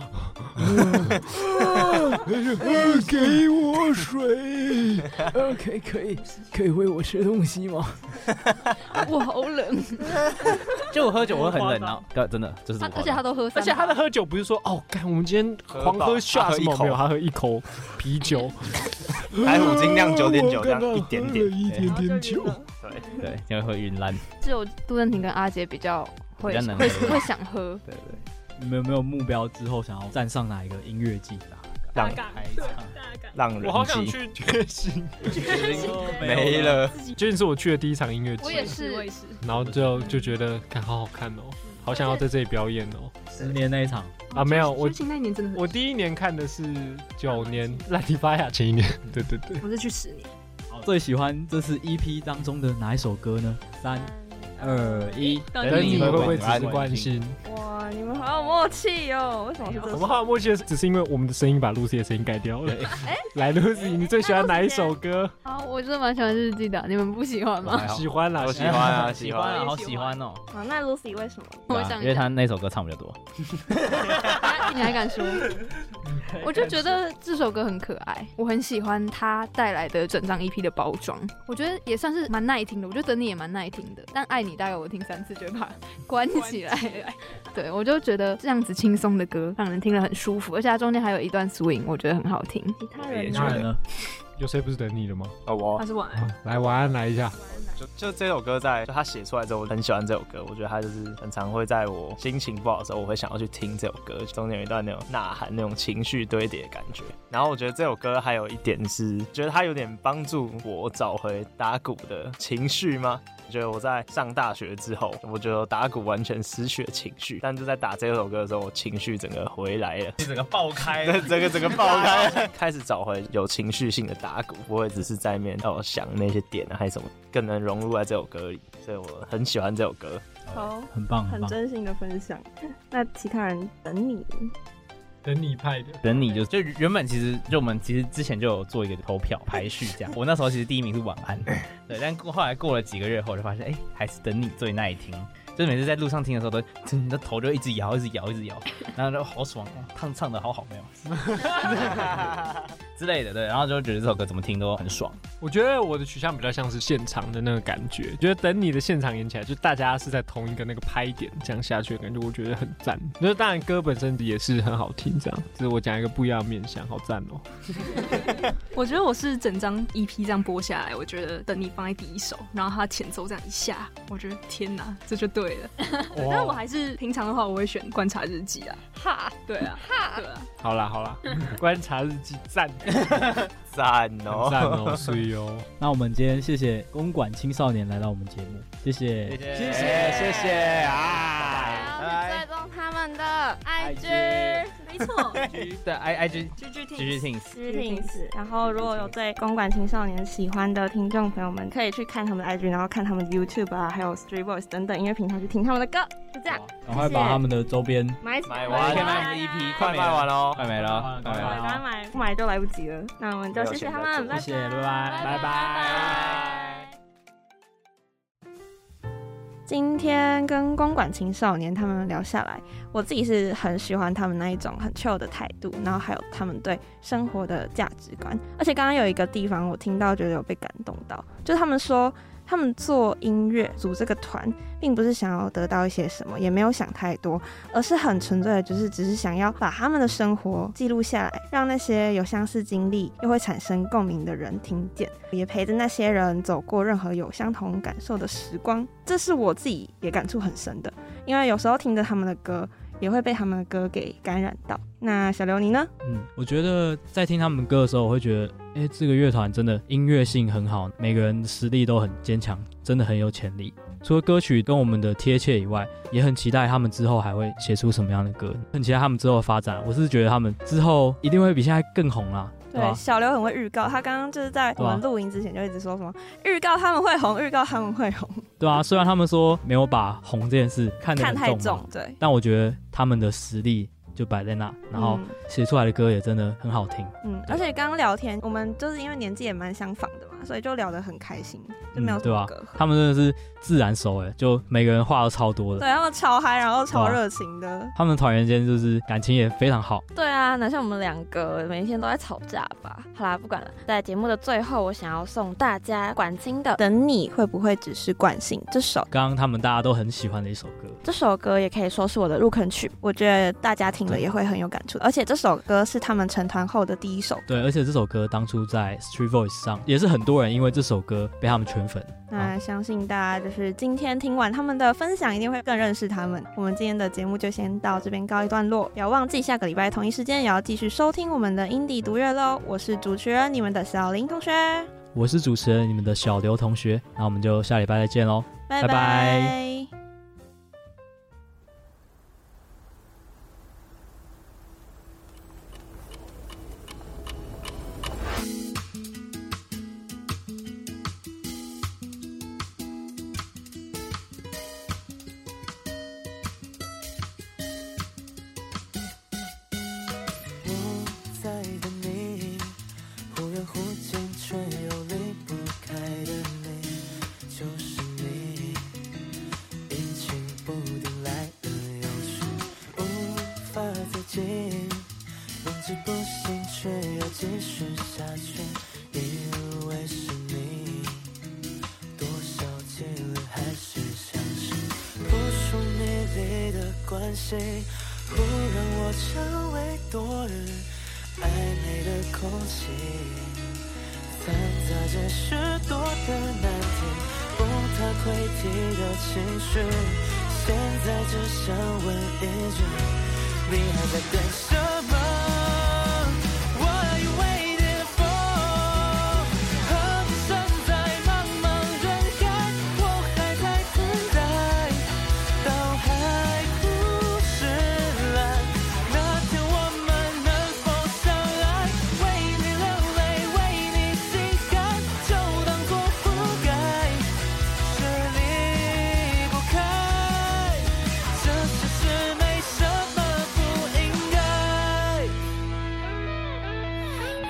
给我水，呃可以可以可以喂我吃东西吗？ 我好冷，就我喝酒我会很 冷啊，对真的就是这么夸张。都喝，而且他的喝酒不是说哦，干，我们今天狂喝喝饱 shot 他喝什一么口啊哎没有，他喝 一口啤酒，白虎精酿9.9我这样刚刚一点喝点了一点点酒。对对，因为会晕烂。 只有杜振廷跟阿杰比较会比较能会喝会想喝。对对，你们有没有目标之后想要站上哪一个音乐季？浪浪我好人想机去觉醒，哎没了，觉醒是我去的第一场音乐季，是，我也是。然后就就觉得，看好好看哦，好想要在这里表演哦。十年那一场啊，没有，我觉醒那一年真的很我第一年看的是九年 烂迪巴亚前一年， 对对对，我是去十年，E 最喜欢这次 EP 当中的哪一首歌呢？三、二一，等你会不会只是关心？哇，你们好有默契哦！为什么是这我首？们好有默契的是，只是因为我们的声音把 Lucy 的声音改掉了。哎来，Lucy，你最喜欢哪一首歌？好，我真的蛮喜欢日记的，你们不喜欢吗？喜欢啦，我喜欢啊喜喜欢啊， 好欢。喜欢哦。啊，那 Lucy 为什么？我对啊想因一为他下，那首歌唱比较多。你还敢 说？我就觉得这首歌很可爱，我很喜欢它嗯带来的整张 EP 的包装，我觉得也算是蛮耐听的。我觉得等你也蛮耐听的，但爱你大概我听三次就会把它关起来。对，我就觉得这样子轻松的歌让人听了很舒服，而且它中间还有一段 swing，我觉得很好听。其他人呢当然了有谁不是等你的吗？哦，我他是晚安。来，啊晚安，来一下。就就这首歌在就他写出来之后，我很喜欢这首歌。我觉得他就是很常会在我心情不好的时候，我会想要去听这首歌，中间有一段那种呐喊、那种情绪堆叠的感觉。然后我觉得这首歌还有一点 是，觉得它有点帮助我找回打鼓的情绪吗？我觉得我在上大学之后，我觉得打鼓完全失去了情绪，但就在打这首歌的时候，我情绪整个回来了， 整个爆开对，整个整个爆 开，开始找回有情绪性的打鼓，不会只是在面哦想那些点啊，还是什么，更能融入在这首歌里，所以我很喜欢这首歌。好，很棒很很棒真心的分享。那其他人等你，等你派的，等你就就原本其实就我们其实之前就有做一个投票排序这样，我那时候其实第一名是晚安，对，但过后来过了几个月后，我就发现哎、还是等你最耐听，就是每次在路上听的时候都，真的头就一直摇，一直摇，一直摇，然后就好爽，哦唱唱的好好没有 之类的，对，然后就觉得这首歌怎么听都很爽，我觉得我的取向比较像是现场的那个感觉，觉得等你的现场演起来，就大家是在同一个那个拍点这样下去的感觉，我觉得很赞。就是当然歌本身也是很好听，这样，只是我讲一个不一样的面向，好赞哦、我觉得我是整张 EP 这样播下来，我觉得等你放在第一首，然后它前奏这样一下，我觉得天哪，这就对了。哇但我还是平常的话，我会选观察日记啊。哈，对啊，哈，对啊。好啦 好啦，观察日记赞赞很赞哦，水哦。 那我们今天谢谢公馆青少年来到我们节目，谢谢，谢谢谢谢谢啊！追踪他们的 IG，没错对，I I G 哦 G G G G Things， g t i n s 然后如果有对公馆青少年喜欢的听众朋友们，可以去看他们的 IG，然后看他们的 YouTube 啊，还有 Street Voice 等等音乐平台去听他们的歌，就这样。赶快把他们的周边买买完，E 可以买我们的 EP，快没了卖完喽，快没了，快没赶快了，买，不买就来不及了。那我们就谢谢他们，拜谢谢，拜拜，拜拜。今天跟公馆青少年他们聊下来，我自己是很喜欢他们那一种很 chill 的态度，然后还有他们对生活的价值观。而且刚刚有一个地方我听到觉得有被感动到，就是他们说他们做音乐组这个团，并不是想要得到一些什么，也没有想太多，而是很纯粹的，就是只是想要把他们的生活记录下来，让那些有相似经历又会产生共鸣的人听见，也陪着那些人走过任何有相同感受的时光。这是我自己也感触很深的，因为有时候听着他们的歌，也会被他们的歌给感染到。那小刘你呢？嗯，我觉得在听他们歌的时候，我会觉得，哎、这个乐团真的音乐性很好，每个人的实力都很坚强，真的很有潜力。除了歌曲跟我们的贴切以外，也很期待他们之后还会写出什么样的歌，很期待他们之后的发展。我是觉得他们之后一定会比现在更红啦，对吧对，？小刘很会预告，他刚刚就是在我对啊们录音之前就一直说什么预告他们会红，预告他们会红，对啊，虽然他们说没有把红这件事看得看很太重重嘛，，对，但我觉得他们的实力就摆在那，然后嗯写出来的歌也真的很好听。嗯，而且刚刚聊天，我们就是因为年纪也蛮相仿的嘛，所以就聊得很开心，就没有嗯什对么吧隔阂。？他们真的是自然熟哎，就每个人话都超多对的。他们超嗨，然后超热情的。他们团员间就是感情也非常好。对啊，哪像我们两个每一天都在吵架吧？好啦，不管了。在节目的最后，我想要送大家管清的《等你会不会只是惯性》这首。刚刚他们大家都很喜欢的一首歌，这首歌也可以说是我的入坑曲，我觉得大家听了也会很有感触。而且这首歌是他们成团后的第一首，对，而且这首歌当初在 Street Voice 上也是很多人因为这首歌被他们圈粉。那相信大家就是今天听完他们的分享，一定会更认识他们。我们今天的节目就先到这边告一段落，不要忘记下个礼拜同一时间也要继续收听我们的 Indie 独乐喽。我是主持人，你们的小林同学，我是主持人，你们的小刘同学，那我们就下礼拜再见喽，拜拜关系，忽然我成为多雨，暧昧的空气，掺杂着许多的难题，不太会提的情绪，现在只想问一句，你还在等什么？What are you waiting for？河上在茫茫人海，我还在等待。到海枯石烂，那天我们能否相爱？为你流泪，为你心甘，就当作覆盖，却离不开。这其实没什么不应该。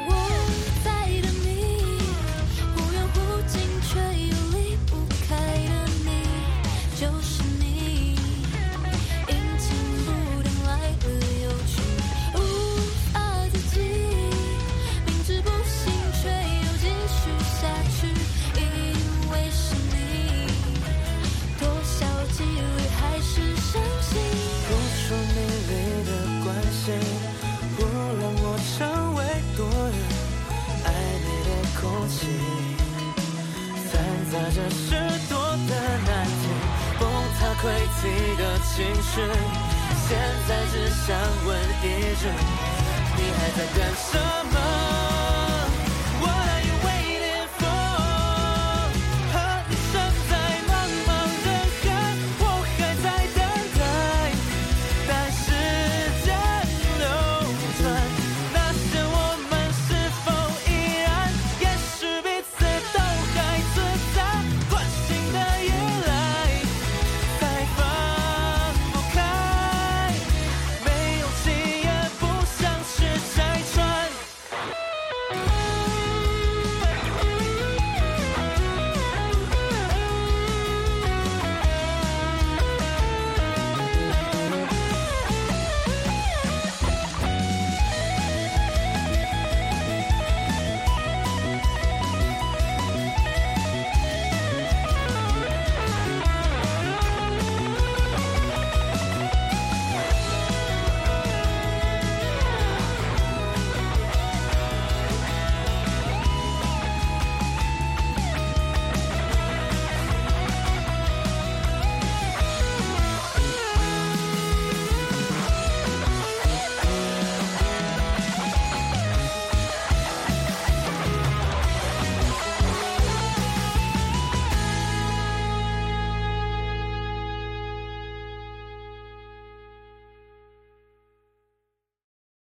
我在等你，忽远忽近却又离不开的你，就是你，阴晴不定，来日有去，无法自己，明知不行却又继续下去，因为是你，多少几率还是相信。不说你离的关系，不让我成为多余，暧昧的空气，掺杂着许多的难题，崩塌溃堤的情绪，现在只想问一句，你还在干什么？